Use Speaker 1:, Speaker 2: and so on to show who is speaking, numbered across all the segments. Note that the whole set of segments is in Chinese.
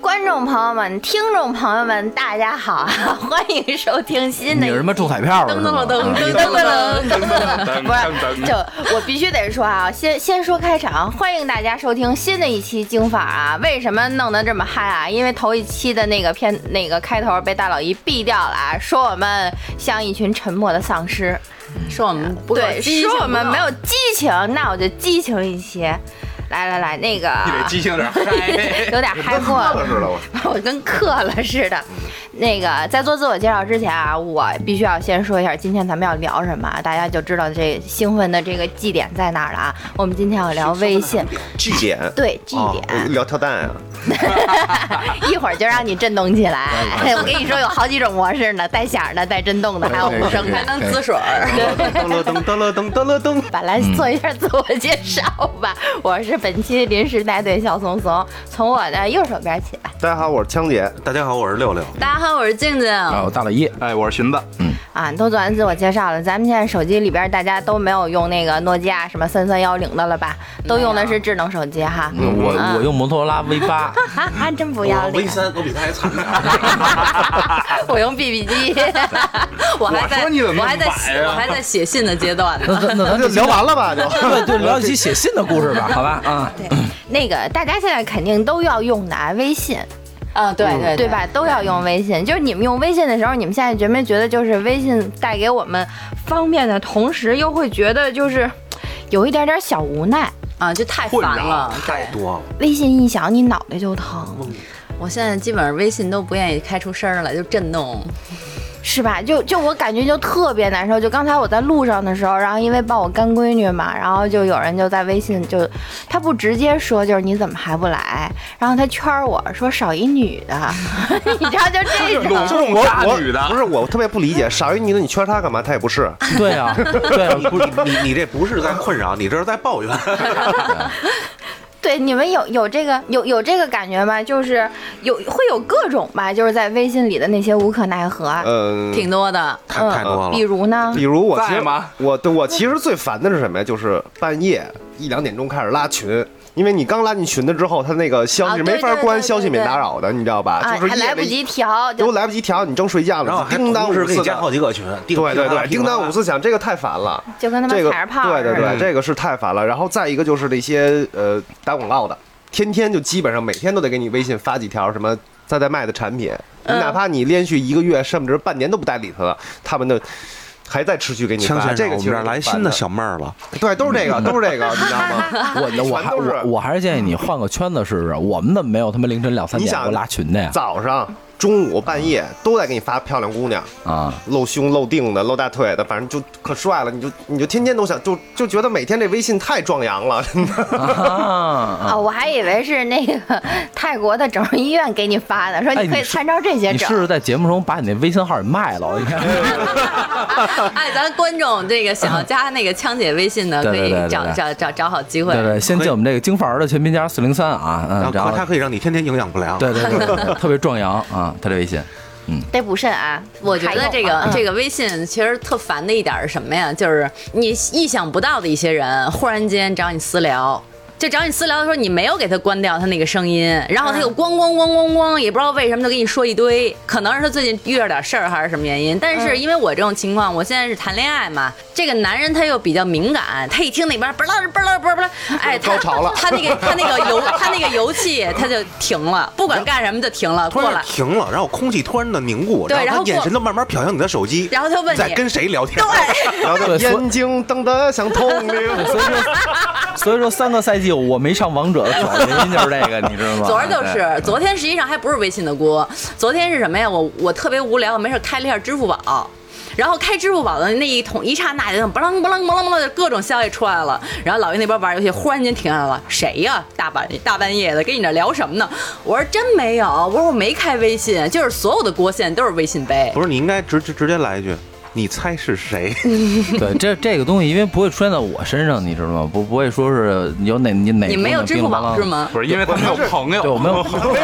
Speaker 1: 观众朋友们、听众朋友们，大家好，啊 欢迎收听新的
Speaker 2: 你
Speaker 1: 一
Speaker 2: 是什么中彩票了？
Speaker 3: 噔噔噔噔
Speaker 2: 是
Speaker 3: 噔
Speaker 2: 吗
Speaker 3: 噔噔噔，
Speaker 1: 不是，就我必须得说啊，先先说开场，啊欢迎大家收听新的一期京法啊。为什么弄得这么嗨啊？因为头一期的那个片那个开头被大老姨毙掉了啊，说我们像一群沉默的丧尸，
Speaker 3: 说我们不够
Speaker 1: 对，
Speaker 3: 激情
Speaker 1: 说我们
Speaker 3: 不够
Speaker 1: 没有激情，那我就激情一些。来来来，那个
Speaker 4: 你得激情点儿，嗨
Speaker 1: 有点嗨过
Speaker 4: 喝了似的，我
Speaker 1: 我 跟嗑了似的。
Speaker 3: 嗯
Speaker 1: 那个在做自我介绍之前啊，我必须要先说一下今天咱们要聊什么啊，大家就知道这兴奋的这个祭点在哪儿了啊。我们今天要聊微信，
Speaker 5: G 点，
Speaker 1: 对祭
Speaker 5: 哦
Speaker 1: 点，
Speaker 5: 聊跳蛋啊，
Speaker 1: 一会儿就让你震动起 来。哎我跟你说，有好几种模式呢，带响的，带震动的，
Speaker 2: 哎
Speaker 1: 还有无声的
Speaker 3: 还。能 滋水儿，嗯
Speaker 5: 噔了噔噔了噔噔了噔，
Speaker 1: 本来做一下自我介绍吧，我是本期临时带队小怂怂，从我的右手边起吧。
Speaker 5: 大家好，我是枪姐，
Speaker 4: 大家好，我是六六，
Speaker 3: 大家好，我是静静，
Speaker 2: 啊，我大老一，
Speaker 4: 哎，我是荀子，
Speaker 1: 啊，都做完自我介绍了，咱们现在手机里边大家都没有用那个诺基亚什么三三幺零的了吧？都用的是智能手机哈。
Speaker 2: 我我用摩托罗拉 V 八，
Speaker 1: 啊啊，真不要脸！
Speaker 4: 三，我比他还惨点儿。
Speaker 1: 我用 BB 机，
Speaker 3: 我还
Speaker 4: 我
Speaker 3: 在
Speaker 4: 说你怎么
Speaker 3: 我还在
Speaker 4: 晚
Speaker 3: 写
Speaker 4: 呀
Speaker 3: 我还在写信的阶段呢，
Speaker 2: 那
Speaker 5: 咱
Speaker 2: 咱
Speaker 5: 就
Speaker 2: 就
Speaker 5: 聊完了吧，就
Speaker 2: 对，就聊一期写信的故事吧，好吧？啊，
Speaker 1: 那个大家现在肯定都要用的啊，微信，
Speaker 3: 啊，对对
Speaker 1: 对？吧？都要用微信。就是你们用微信的时候，你们现在觉没觉得，就是微信带给我们方便的同时，又会觉得就是有一点点小无奈。
Speaker 3: 啊，就太烦
Speaker 4: 困扰
Speaker 3: 了，
Speaker 4: 太多了，
Speaker 1: 微信一响，你脑袋就疼。
Speaker 3: 我现在基本上微信都不愿意开出声儿了，就震动，
Speaker 1: 是吧？就就我感觉就特别难受。就刚才我在路上的时候，然后因为抱我干闺女嘛，然后就有人就在微信就，他不直接说，就是你怎么还不来？然后他圈儿我说少一女的， 你知道就 这种。
Speaker 4: 笼中大女
Speaker 5: 不
Speaker 4: 的，
Speaker 5: 是我特别不理解，少一女的你圈她干嘛？她也不是，
Speaker 2: 对啊，对啊，不是
Speaker 4: 你你这不是在困扰，你这是在抱怨。
Speaker 1: 对，你们有有这个有有这个感觉吗？就是有会有各种吧，就是在微信里的那些无可奈何。
Speaker 5: 嗯，
Speaker 3: 挺多的，
Speaker 4: 太太多
Speaker 3: 嗯
Speaker 4: 了
Speaker 1: 比，如呢
Speaker 5: 比？如我其
Speaker 4: 在
Speaker 5: 实
Speaker 4: 吗
Speaker 5: 我对我其实最烦的是什么呀？就是半夜一两点钟开始拉群。因为你刚拉进群了之后，他那个消
Speaker 1: 啊
Speaker 5: 息
Speaker 1: 对
Speaker 5: 没法
Speaker 1: 对
Speaker 5: 关
Speaker 1: 对
Speaker 5: 消息
Speaker 1: 对
Speaker 5: 免
Speaker 1: 对
Speaker 5: 打扰的，你知道吧？
Speaker 1: 啊，
Speaker 5: 就是
Speaker 1: 还
Speaker 5: 夜
Speaker 1: 来
Speaker 5: 里
Speaker 1: 不及调，
Speaker 5: 都
Speaker 1: 就
Speaker 5: 来不及调，你正睡觉
Speaker 4: 然后
Speaker 5: 呢，
Speaker 4: 还
Speaker 5: 叮当
Speaker 4: 同
Speaker 5: 五
Speaker 4: 时给
Speaker 5: 四
Speaker 4: 你加好
Speaker 5: 的，
Speaker 4: 几个群，叮
Speaker 5: 对对对，
Speaker 4: 叮啊
Speaker 5: 叮当五
Speaker 4: 五
Speaker 5: 四响，这个太烦了。
Speaker 1: 就跟他
Speaker 5: 这
Speaker 1: 们
Speaker 5: 个
Speaker 1: 踩着炮
Speaker 5: 对对
Speaker 1: 似的。
Speaker 5: 对，这个是太烦了。然后再一个就是这些呃打广告的，天天就基本上每天都得给你微信发几条什么他在卖的产品，你
Speaker 1: 嗯
Speaker 5: 哪怕你连续一个月甚至半年都不带理他了，他们的。还在持续
Speaker 3: 嗯
Speaker 5: 给你
Speaker 4: 枪
Speaker 5: 发，
Speaker 4: 先
Speaker 5: 这个
Speaker 4: 生，我
Speaker 5: 其
Speaker 4: 们
Speaker 5: 实
Speaker 4: 这儿来新的
Speaker 5: 挺烦
Speaker 4: 小妹儿了，
Speaker 5: 的，对，都是这个，都是这个，你知道 吗？
Speaker 2: 我我还
Speaker 5: 全都是
Speaker 2: 我我还是建议你换个圈子试试。我们怎么没有他妈凌晨两三
Speaker 5: 你
Speaker 2: 点给
Speaker 5: 想
Speaker 2: 我拉群的呀？
Speaker 5: 早上、中午、半夜都在给你发漂亮姑娘，
Speaker 2: 啊，
Speaker 5: 露胸、露腚的、露大腿的，反正就可帅了，你就你就天天都想，就就觉得每天这微信太壮阳了，真的。
Speaker 2: 啊
Speaker 1: 哦，我还以为是那个泰国的整容医院给你发的，说
Speaker 2: 哎
Speaker 1: 你可以
Speaker 2: 你是
Speaker 1: 参照这些
Speaker 2: 你
Speaker 1: 整。
Speaker 2: 试试在节目中把你那微信号给卖了，你看，
Speaker 3: 哎，咱观众这个想要加那个枪姐微信的，
Speaker 2: 对
Speaker 3: 可
Speaker 2: 对
Speaker 3: 以
Speaker 2: 对对
Speaker 3: 找
Speaker 2: 对
Speaker 3: 找找找好机会
Speaker 2: 对，对，先进我们这个京范儿的全拼加四零三啊，嗯，
Speaker 4: 然
Speaker 2: 然
Speaker 4: 后
Speaker 2: 后
Speaker 4: 它可以让你天天营养不良。
Speaker 2: 对对对对，对特别壮阳啊，他这微信，
Speaker 1: 得补肾啊！
Speaker 3: 我觉得这个这个微信其实特烦的一点是什么呀？就是你意想不到的一些人，忽然间找你私聊。就找你私聊的时候，你没有给他关掉他那个声音，然后他又咣咣咣咣咣，也不知道为什么就跟你说一堆，可能是他最近遇着点事儿还是什么原因。但是因为我这种情况，我现在是谈恋爱嘛，这个男人他又比较敏感，他一听那边儿不啦不啦不啦不啦，哎，他
Speaker 5: 高潮了
Speaker 3: 他那个他那个油他那个油气他就停了，不管干什么就停了，
Speaker 4: 突
Speaker 3: 过
Speaker 4: 然就
Speaker 3: 来
Speaker 4: 停了，然后空气突然的凝固，
Speaker 3: 对
Speaker 4: 然
Speaker 3: 然
Speaker 4: 后
Speaker 3: 后
Speaker 4: 他眼
Speaker 3: 过
Speaker 4: 神都慢慢瞟向你的手机，
Speaker 3: 然后他问
Speaker 4: 在
Speaker 3: 你
Speaker 4: 跟谁聊天？
Speaker 5: 然后就
Speaker 2: 对所以
Speaker 5: 眼睛瞪得像铜铃。
Speaker 2: 所以说，所以说三个赛季我没上王者的主要原因就是这个，你知道吗？
Speaker 3: 昨儿就是，昨天实际上还不是微信的锅，昨天是什么呀？我我特别无聊，我没事开了一下支付宝。然后开支付宝的那一桶一刹那，就不啷不啷不啷不啷，就各种消息出来了。然后老于那边玩游戏，忽然间停下来了，谁呀？大半大半夜的跟你那聊什么呢？我说真没有，我说我没开微信，就是所有的锅现在都是微信背。
Speaker 4: 不是，你应该直直直接来一句，你猜是谁？
Speaker 3: 嗯
Speaker 2: 哎对对这这个东西，因为不会出现在我身上，你知道吗？不不会说是有哪你哪
Speaker 3: 你没有支付宝是？吗？
Speaker 6: 不是因为他没有朋 友，
Speaker 2: 对我没有，没有朋友，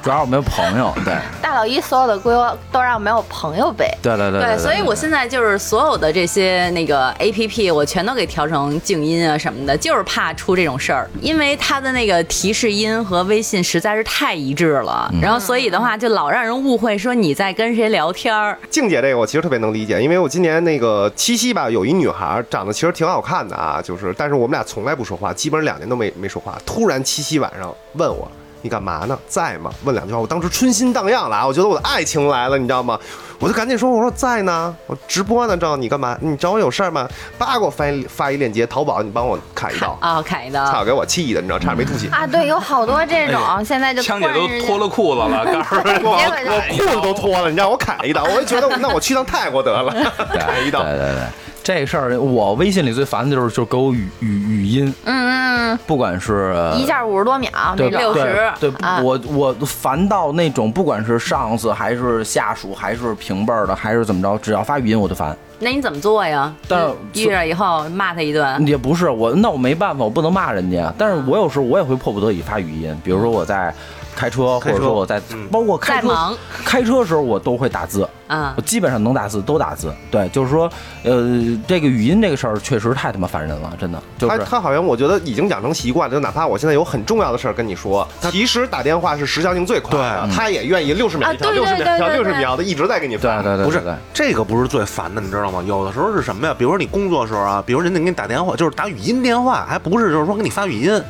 Speaker 2: 主要我没有朋友，对，
Speaker 1: 大老一所有的规划都让没有朋友背。
Speaker 2: 对对对
Speaker 3: 对，所以我现在就是所有的这些那个 A P P，我全都给调成静音啊什么的，就是怕出这种事儿，因为它的那个提示音和微信实在是太一致了，然后所以的话就老让人误会说你在跟谁聊天儿。
Speaker 5: 静姐这个我其实特别能理解，因为我今年那个七夕吧，有一女孩长得其实挺好看的啊，就是，但是我们俩从来不说话，基本上两年都没没说话。突然七夕晚上问我你哎干嘛呢，在吗？问两句话，我当时春心荡漾了啊，我觉得我的爱情来了，你知道吗？我就赶紧说，我说在呢，我直播呢，正好你干嘛？你找我有事儿吗？叭给我发一发一链接，淘宝你帮我砍一刀，
Speaker 3: 啊，凯
Speaker 5: 操，
Speaker 3: 的，
Speaker 5: 给我气的，你知道，差点没吐血。
Speaker 1: 啊，对，有好多这种，现在就
Speaker 6: 枪姐
Speaker 1: 突然
Speaker 6: 都
Speaker 1: 之间
Speaker 6: 脱了裤子 了，告诉人
Speaker 5: 我
Speaker 1: 结果就
Speaker 5: 我裤子都脱了，你让我砍一刀，我就觉得那我去趟泰国 得了，砍一刀。
Speaker 2: 对对对，这事儿我微信里最烦的就是就给我语语语音，
Speaker 1: 嗯嗯
Speaker 2: 不管是
Speaker 1: 嗯，一下五十多秒
Speaker 2: 呃对
Speaker 1: 那
Speaker 2: 对
Speaker 1: 种。
Speaker 3: 60
Speaker 2: 对，
Speaker 1: 啊
Speaker 2: 我我烦到那种，不管是上司还是下属，还是平辈儿的，还是怎么着，只要发语音我就烦。
Speaker 3: 那你怎么做呀？
Speaker 2: 但是
Speaker 3: 遇遇着以后骂他一顿，
Speaker 2: 也不是我，那我没办法，我不能骂人家。但是我有时候我也会迫不得已发语音，比如说我在开车，或
Speaker 4: 开车嗯
Speaker 2: 者说我在，包括开
Speaker 3: 在
Speaker 2: 车
Speaker 3: 忙
Speaker 2: 开车的时候我都会打字，
Speaker 3: 啊
Speaker 2: 我。基本上能打字都打字。对，就是说，呃，这个语音这个事儿确实太他妈烦人了，真的就
Speaker 5: 他
Speaker 2: 是。
Speaker 5: 他好像我觉得已经养成习惯了，就哪怕我现在有很重要的事儿跟你说，其实打电话是时效性最快的，
Speaker 2: 对
Speaker 5: 他也愿意六十秒
Speaker 1: 啊
Speaker 5: 一条，
Speaker 1: 对
Speaker 5: 六十
Speaker 1: 对
Speaker 5: 秒一条，
Speaker 1: 对
Speaker 5: 六
Speaker 1: 对
Speaker 5: 十
Speaker 1: 对
Speaker 5: 秒的一直在给你
Speaker 2: 对
Speaker 5: 发。
Speaker 2: 对对，
Speaker 4: 不是
Speaker 2: 对
Speaker 4: 这个不是最烦的，你知道吗？有的时候是什么呀？比如说你工作的时候啊，比如人家给你打电话，就是打语音电话，还不是就是说给你发语音，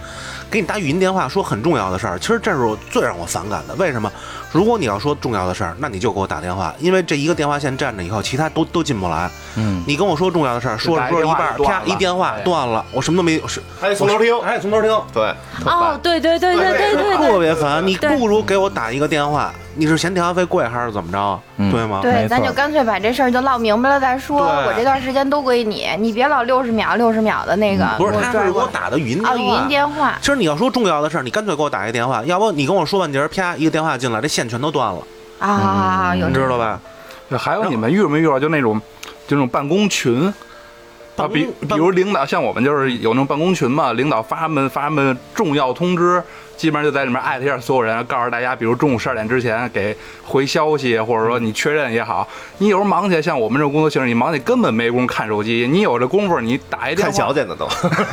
Speaker 4: 给你打语音电话说很重要的事儿。其实这是我最让我反感的。为什么？如果你要说重要的事儿，那你就给我打电话，因为这一个电话线占着以后，其他都都进不来。
Speaker 2: 嗯，
Speaker 4: 你跟我说重要的事儿，说着说着一半儿，啪一电话断了，我什么都没有，是
Speaker 5: 还得从头听
Speaker 4: 还得从头听。
Speaker 5: 对，特
Speaker 3: 哦
Speaker 5: 烦，
Speaker 3: 对对对对对对
Speaker 4: 特
Speaker 3: 对，
Speaker 4: 别烦，你
Speaker 3: 对
Speaker 4: 不如给我打一个电话，你是嫌电话费贵还是怎么着，
Speaker 2: 嗯
Speaker 4: 对吗？
Speaker 2: 没
Speaker 1: 对，
Speaker 2: 错
Speaker 1: 咱就干脆把这事儿就唠明白了再说。
Speaker 4: 对
Speaker 1: 我这段时间都归你，你别老六十秒、六十秒的那个。
Speaker 4: 嗯不是，
Speaker 1: 我
Speaker 4: 他
Speaker 1: 转
Speaker 4: 是给
Speaker 1: 过
Speaker 4: 我嗯打的语音
Speaker 1: 啊，语音电话
Speaker 4: 其实你要说重要的事儿，你干脆给我打一电话，要不你跟我说半截儿，啪一个电话进来，这线全都断了，
Speaker 1: 啊，有
Speaker 4: 你
Speaker 1: 这
Speaker 4: 知
Speaker 1: 种
Speaker 4: 道吧？
Speaker 6: 还有你们遇没遇到就那种，就那种办公群啊，
Speaker 4: 办公
Speaker 6: 比
Speaker 4: 办
Speaker 6: 比如领导像我们就是有那种办公群嘛，领导发们发们重要通知，基本上就在里面艾特一下所有人，告诉大家，比如中午十二点之前给回消息，或者说你确认也好。你有时候忙起来，像我们这种工作性质，你忙你根本没工夫看手机，你有这功夫你打一电
Speaker 5: 看
Speaker 6: 话
Speaker 5: 小，姐呢都。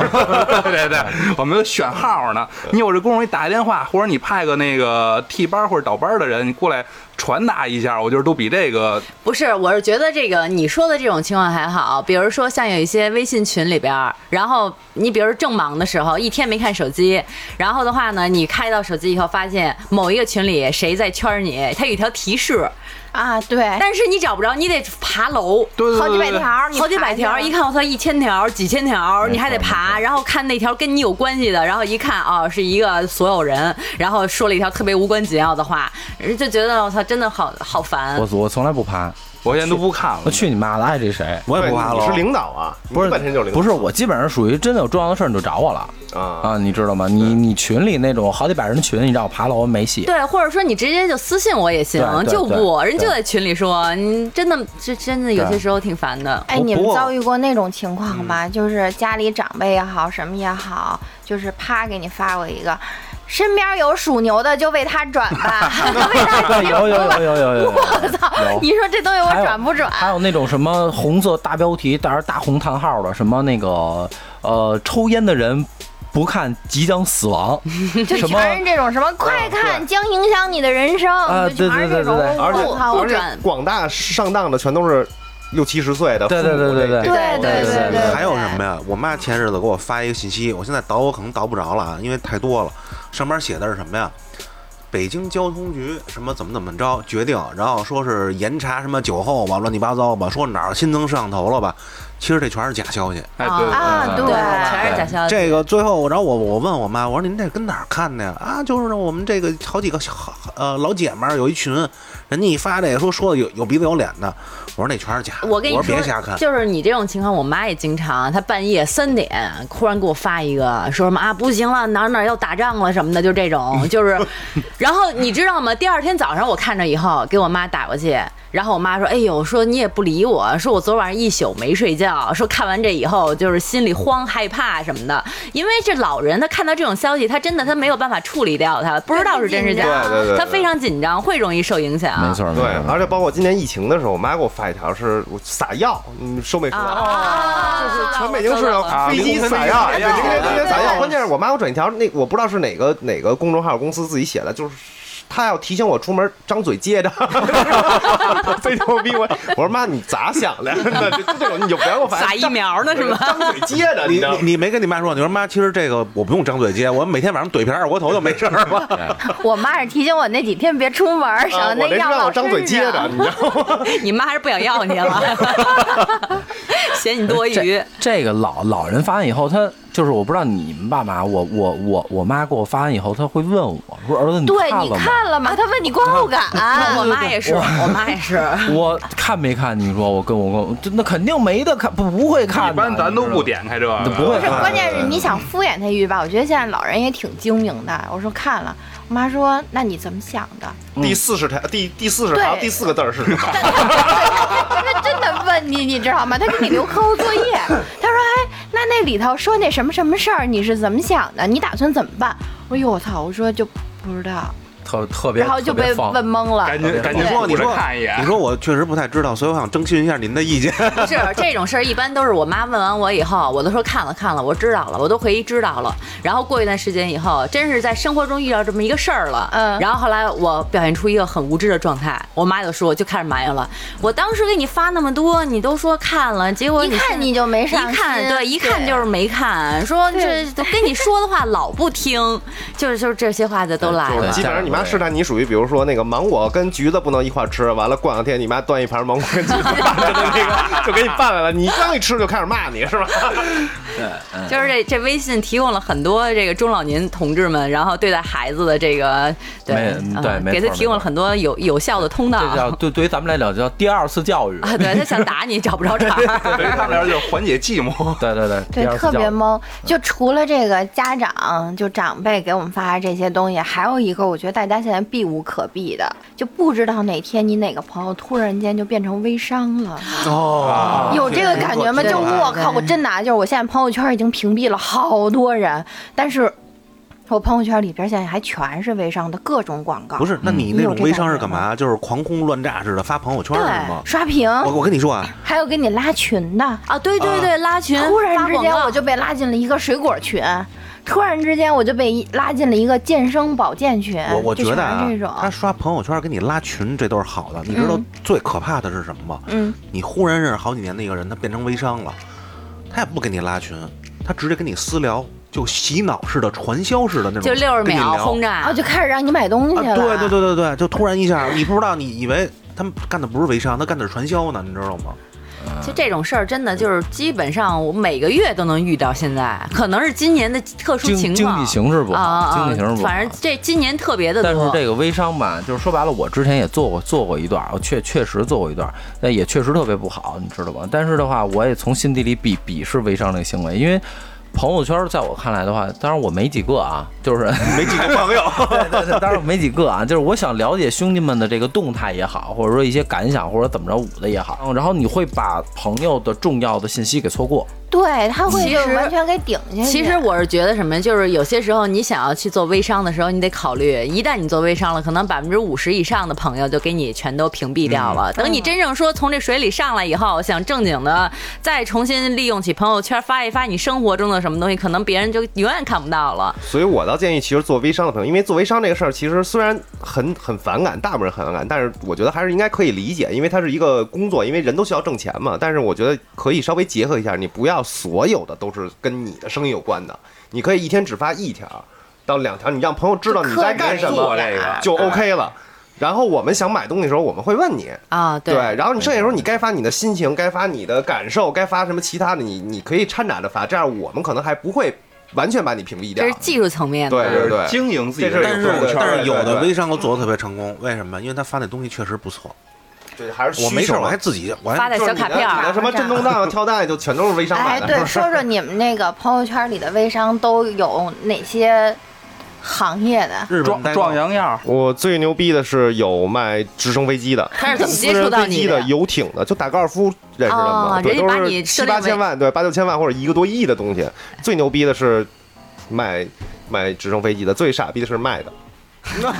Speaker 6: 对对对，我们选号呢。你有这功夫，你打一电话，或者你派个那个替班或者倒班的人，你过来传达一下，我觉得都比这个
Speaker 3: 不是，我是觉得这个你说的这种情况还好，比如说像有一些微信群里边儿，然后你比如正忙的时候，一天没看手机，然后的话呢，你开到手机以后，发现某一个群里谁在圈儿你，它有一条提示，
Speaker 1: 啊，对，
Speaker 3: 但是你找不着，你得爬楼。
Speaker 6: 对对
Speaker 1: 好几百条儿，你
Speaker 3: 好几
Speaker 1: 查
Speaker 3: 百
Speaker 1: 下
Speaker 3: 条，
Speaker 1: 来
Speaker 3: 一看我操，一千条、几千条，
Speaker 2: 错
Speaker 3: 你还得爬，然后看那条跟你有关系的，然后一看啊，是一个所有人，然后说了一条特别无关紧要的话，就觉得我操，真的好好烦。
Speaker 2: 我我从来不爬，
Speaker 6: 我现在都不看了。
Speaker 2: 我去你妈的，爱谁谁。
Speaker 4: 我 也不怕
Speaker 5: 对
Speaker 4: 了。
Speaker 5: 你是领导啊，
Speaker 2: 不是
Speaker 5: 你本身就是领导，
Speaker 2: 不是我基本上属于真的有重要的事儿你就找我了
Speaker 5: 啊。
Speaker 2: 啊，你知道吗？你你群里那种好几百人群，你让我爬楼没戏。
Speaker 3: 对，或者说你直接就私信我也行
Speaker 2: 对，对
Speaker 3: 就不
Speaker 2: 对
Speaker 3: 人就在群里说，你真的这真的有些时候挺烦的。
Speaker 1: 哎，
Speaker 2: 不
Speaker 1: 你
Speaker 2: 不
Speaker 1: 们
Speaker 2: 过
Speaker 1: 遭遇过那种情况吗？就是家里长辈也好，什么也好，就是啪给你发过一个，身边有属牛的就为他转吧， 为他
Speaker 2: 对，有有有有有有。
Speaker 1: 我操！你说这东西我
Speaker 2: 还有
Speaker 1: 转不转？
Speaker 2: 还有那种什么红色大标题带着大红叹号的，什么那个呃，抽烟的人不看即将死亡，
Speaker 1: 就
Speaker 2: 什么
Speaker 1: 全是这种什么，快看将影响你的人生，
Speaker 2: 啊
Speaker 1: 就全是
Speaker 2: 对对对
Speaker 1: 这种
Speaker 2: 对对
Speaker 1: 我
Speaker 5: 而且
Speaker 1: 操
Speaker 5: 而且
Speaker 3: 哦转
Speaker 5: 广大上当的全都是六七十岁的父母
Speaker 2: 对
Speaker 5: 这，
Speaker 2: 对对对对
Speaker 5: 这
Speaker 1: 对对
Speaker 2: 对
Speaker 1: 对
Speaker 2: 对
Speaker 1: 对，
Speaker 4: 还有什么呀？我妈前日子给我发一个信息，我现在倒我可能倒不着了啊，因为太多了。上面写的是什么呀？北京交通局什么怎么怎么着决定，然后说是严查什么酒后吧，乱七八糟吧，说哪儿新增摄像头了吧，其实这全是假消息。
Speaker 6: 哎，对对
Speaker 1: 啊
Speaker 6: 对
Speaker 1: 对
Speaker 3: 哦全是假
Speaker 1: 啊
Speaker 3: 消息。
Speaker 4: 这个最后，然后我我问我妈，我说您这跟哪儿看的呀？啊，就是我们这个好几个小呃老姐们儿有一群，人家一发这个说说的有有鼻子有脸的，我说那全是假的，
Speaker 3: 我跟你
Speaker 4: 说
Speaker 3: 说，
Speaker 4: 别瞎看。
Speaker 3: 就是你这种情况，我妈也经常，她半夜三点忽然给我发一个，说什么啊不行了，哪儿哪儿要打仗了什么的，就这种，就是，然后你知道吗？第二天早上我看着以后，给我妈打过去，然后我妈说，哎呦，说你也不理我，说我昨晚上一宿没睡觉，笑，说看完这以后就是心里慌、害怕什么的。因为这老人他看到这种消息，他真的他没有办法处理掉他，不知道是真是假
Speaker 5: 对，对对对
Speaker 3: 他非常紧张，会容易受影响。
Speaker 2: 没错，没
Speaker 5: 对
Speaker 2: 错，，
Speaker 5: 而且包括今年疫情的时候，我妈给我发一条是我撒药，嗯，收没出来。
Speaker 3: 啊，
Speaker 5: 就是全北京市
Speaker 6: 啊
Speaker 5: 上飞机撒药，哎
Speaker 6: 飞
Speaker 5: 北
Speaker 6: 机
Speaker 5: 京这
Speaker 6: 撒药
Speaker 5: 飞机撒
Speaker 1: 对
Speaker 5: 药。
Speaker 1: 对
Speaker 5: 关键是我妈给我转一条，那我不知道是哪个哪个公众号公司自己写的，就是她要提醒我出门张嘴接着， 非牛逼我！我说妈，你咋想的？ 那这这种你就不要给我发
Speaker 3: 撒疫苗呢是吗？
Speaker 5: 张嘴接着，你
Speaker 4: 你
Speaker 5: 知道吗
Speaker 4: 你你没跟你妈说，你说妈，其实这个我不用张嘴接，我每天晚上怼瓶二锅头就没事儿了。
Speaker 1: 我妈是提醒我那几天别出门儿，省
Speaker 5: 啊
Speaker 1: 得那
Speaker 5: 我这是
Speaker 1: 药
Speaker 5: 让
Speaker 1: 老
Speaker 5: 我张嘴
Speaker 1: 吃
Speaker 5: 接
Speaker 1: 着
Speaker 5: 着，你知道吗？
Speaker 3: 你妈还是不想要你了， 嫌你多余
Speaker 2: 这。这个老老人发完以后，他就是我不知道你们爸妈，我我我我妈给我发完以后，他会问我说：“儿子，你
Speaker 1: 对，
Speaker 2: 看
Speaker 1: 你
Speaker 2: 了吗？”
Speaker 1: 看了吗？他问你观后感，啊
Speaker 3: 啊我妈也是，我妈也是。
Speaker 2: 我看没看？你说我跟我跟我，这那肯定没得看，不不会看的。
Speaker 6: 一般咱都
Speaker 2: 你知道吗
Speaker 6: 不点开这个，
Speaker 2: 不会
Speaker 1: 不是，
Speaker 2: 看
Speaker 1: 关键是你想敷衍他一句吧？我觉得现在老人也挺精明的。我说看了，我妈说那你怎么想的？
Speaker 5: 第四十条，第第四十条
Speaker 1: 对
Speaker 5: 第四个字儿是什么？
Speaker 1: 他真的问你，你知道吗？他给你留课后作业，他说：“哎，那那里头说那什么什么事儿，你是怎么想的？你打算怎么办？”我说：“哟，哎我操！”我说就不知道，
Speaker 2: 特特别，
Speaker 1: 然后就
Speaker 2: 特别
Speaker 1: 被
Speaker 2: 放
Speaker 1: 问懵了。
Speaker 6: 赶紧赶紧
Speaker 4: 你说
Speaker 6: 过
Speaker 4: 你
Speaker 6: 来
Speaker 4: 说
Speaker 6: 看一眼
Speaker 4: 你。说我确实不太知道，所以我想征询一下您的意 见。
Speaker 3: 不是这种事儿，一般都是我妈问完我以后，我都说看了看了，我知道了，我都回忆知道了。然后过一段时间以后，真是在生活中遇到这么一个事儿了，
Speaker 1: 嗯
Speaker 3: 然后后来我表现出一个很无知的状态，我妈就说，就开始埋怨了。我当时给你发那么多，你都说看了，结果
Speaker 1: 一
Speaker 3: 现在
Speaker 1: 看你就没上
Speaker 3: 一看
Speaker 1: 心
Speaker 3: 对，一看就是没看，说这
Speaker 1: 对
Speaker 3: 跟你说的话老不听，就是就是这些话的都来
Speaker 2: 对
Speaker 3: 了
Speaker 5: 基。本上你妈试探你属于，比如说那个芒果跟橘子不能一块儿吃，完了过两天你妈端一盘芒果跟橘子拌着的那个就给你拌来了，你刚一吃就开始骂你是吧？
Speaker 3: 就是这这微信提供了很多这个中老年同志们，然后对待孩子的这个对
Speaker 2: 没对
Speaker 3: 嗯
Speaker 2: 没
Speaker 3: 给他
Speaker 2: 错
Speaker 3: 提供
Speaker 2: 没
Speaker 3: 了
Speaker 2: 错
Speaker 3: 很多有有效的通道。
Speaker 2: 这叫对对于咱们来讲叫第二次教育。
Speaker 3: 啊，对他想打你找不着 茬儿。
Speaker 6: 对于他们来说就是缓解寂寞。
Speaker 2: 对对对，
Speaker 1: 哦对
Speaker 2: 第，二次
Speaker 1: 特
Speaker 2: 教育
Speaker 1: 别懵。就除了这个家长，就长辈给我们发这些东西，还有一个我觉得大家现在避无可避的，就不知道哪天你哪个朋友突然间就变成微商了，
Speaker 4: 哦
Speaker 1: 有这个感觉吗？
Speaker 3: 对
Speaker 1: 就
Speaker 3: 对
Speaker 1: 我靠，
Speaker 3: 对
Speaker 1: 我真的啊就是我现在朋友圈已经屏蔽了好多人，但是我朋友圈里边现在还全是微商的各种广告，
Speaker 4: 不是，那你
Speaker 1: 嗯
Speaker 4: 那
Speaker 1: 你有
Speaker 4: 种
Speaker 1: 这
Speaker 4: 微商是
Speaker 1: 感觉
Speaker 4: 干
Speaker 1: 吗
Speaker 4: 嘛？就是狂轰乱炸似的发朋友圈
Speaker 1: 对
Speaker 4: 是吗？
Speaker 1: 刷屏，
Speaker 4: 我我跟你说啊，
Speaker 1: 还有给你拉群的。
Speaker 3: 啊，对对
Speaker 2: 嗯
Speaker 3: 对，拉群，
Speaker 1: 突然之
Speaker 3: 发
Speaker 1: 间
Speaker 3: 广告
Speaker 1: 我就被拉进了一个水果群，突然之间我就被一拉进了一个健身保健群。
Speaker 4: 我我
Speaker 1: 就
Speaker 4: 觉得
Speaker 1: 全
Speaker 4: 啊
Speaker 1: 是这种，
Speaker 4: 他刷朋友圈给你拉群，这都是好的。你知道最可怕的是什么吗？
Speaker 1: 嗯，
Speaker 4: 你忽然认识好几年的一个人，他变成微商了，他也不跟你拉群，他直接跟你私聊，就洗脑式的、传销式的那种，
Speaker 3: 就六十
Speaker 4: 跟你
Speaker 3: 秒
Speaker 4: 聊
Speaker 3: 轰
Speaker 1: 然后
Speaker 3: 炸，
Speaker 1: 就开始让你买东西
Speaker 4: 啊！
Speaker 1: 了。
Speaker 4: 对对对对对，就突然一下，你不知道，你以为他们干的不是微商，他干的是传销呢，你知道吗？
Speaker 3: 就这种事儿，真的就是基本上我每个月都能遇到。现在可能是今年的特殊情
Speaker 2: 经
Speaker 3: 况，
Speaker 2: 经济形势不
Speaker 3: 啊啊
Speaker 2: 好，
Speaker 3: 啊
Speaker 2: 经济形势不好。
Speaker 3: 反正这今年特别的
Speaker 2: 但是
Speaker 3: 多。
Speaker 2: 这个微商吧，就是说白了，我之前也做过做过一段儿，我确确实做过一段儿，但也确实特别不好，你知道吧？但是的话，我也从心底里鄙鄙视微商这个行为，因为朋友圈儿在我看来的话，当然我没几个啊，就是。
Speaker 4: 没几个朋友，
Speaker 2: 对对对，当然没几个啊，就是我想了解兄弟们的这个动态也好，或者说一些感想或者怎么着捂的也好，然后你会把朋友的重要的信息给错过。
Speaker 1: 对，他会
Speaker 3: 其
Speaker 1: 就
Speaker 3: 实
Speaker 1: 完全给顶下去。
Speaker 3: 其实我是觉得什么，就是有些时候你想要去做微商的时候，你得考虑，一旦你做微商了，可能百分之五十以上的朋友就给你全都屏蔽掉
Speaker 2: 嗯
Speaker 3: 了。等你真正说从这水里上来以后，想正经的再重新利用起朋友圈发一发你生活中的什么东西，可能别人就永远看不到了。
Speaker 5: 所以我倒建议，其实做微商的朋友，因为做微商这个事儿，其实虽然很很反感，大部分人很反感，但是我觉得还是应该可以理解，因为它是一个工作，因为人都需要挣钱嘛。但是我觉得可以稍微结合一下，你不要所有的都是跟你的生意有关的，你可以一天只发一条到两条，你让朋友知道你在干什么哎
Speaker 6: 做这个
Speaker 5: 就
Speaker 3: 嗯
Speaker 5: OK 了。然后我们想买东西的时候，我们会问你，
Speaker 3: 啊，
Speaker 5: 对，然后你剩下的时候，你该发你的心情，该发你的感受，该发什么其他的，你你可以掺杂着发，这样我们可能还不会完全把你屏蔽掉
Speaker 3: 这是。技术层面的。
Speaker 5: 对对对，
Speaker 6: 经营自己的
Speaker 5: 这事儿
Speaker 4: 但是
Speaker 6: 朋友
Speaker 5: 对对
Speaker 6: 圈
Speaker 4: 但
Speaker 6: 儿，
Speaker 4: 是有
Speaker 5: 对
Speaker 4: 的
Speaker 5: 对
Speaker 4: 微商都做的特别成功，为什么？因为他发那东西确实不错。
Speaker 5: 对还是
Speaker 4: 我没事，我还
Speaker 5: 还
Speaker 4: 自己我还
Speaker 3: 发在小卡片
Speaker 5: 你的
Speaker 3: 儿，
Speaker 5: 什么震动弹、啊跳蛋就全都是微商
Speaker 1: 哎，
Speaker 5: 买的。
Speaker 1: 对，说说你们那个朋友圈里的微商都有哪些行业的？
Speaker 4: 日本
Speaker 6: 壮
Speaker 4: 代购
Speaker 6: 壮阳药，
Speaker 5: 我最牛逼的是有卖直升飞机的，
Speaker 3: 他是怎么接
Speaker 5: 私
Speaker 3: 触
Speaker 5: 人
Speaker 3: 到
Speaker 5: 飞
Speaker 3: 你
Speaker 5: 机的、游艇的，就打高尔夫认识的嘛，
Speaker 3: 哦
Speaker 5: 对，
Speaker 3: 人家
Speaker 5: 都
Speaker 3: 把
Speaker 5: 是
Speaker 3: 你设定
Speaker 5: 七八千
Speaker 3: 为
Speaker 5: 万，对，八九千万或者一个多亿的东西。最牛逼的是卖卖直升飞机的，最傻逼的是卖的。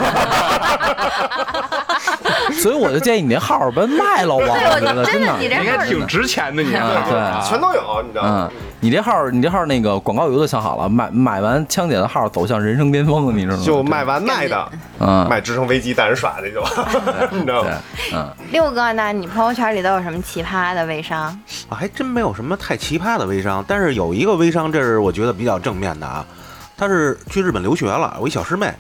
Speaker 2: 所以我就建议你那号儿别卖了，我我觉得真的，
Speaker 1: 你
Speaker 6: 你
Speaker 1: 这
Speaker 6: 应
Speaker 1: 号
Speaker 6: 该
Speaker 1: 儿
Speaker 6: 挺值钱的，你
Speaker 2: 啊对
Speaker 6: 啊
Speaker 5: 全都有，你知道
Speaker 2: 嗯
Speaker 5: 吗？，
Speaker 2: 你这号儿你这号儿那个广告语都想好了，买买完枪姐的号儿走向人生巅峰，你知道吗？
Speaker 5: 就卖完卖的，
Speaker 2: 嗯，
Speaker 5: 卖直升飞机带人耍去就，你知道
Speaker 2: 对
Speaker 5: 吗？，
Speaker 2: 嗯，
Speaker 1: 六哥呢？你朋友圈里都有什么奇葩的微商？
Speaker 4: 啊还真没有什么太奇葩的微商，但是有一个微商，这是我觉得比较正面的啊。他是去日本留学了，我一小师妹，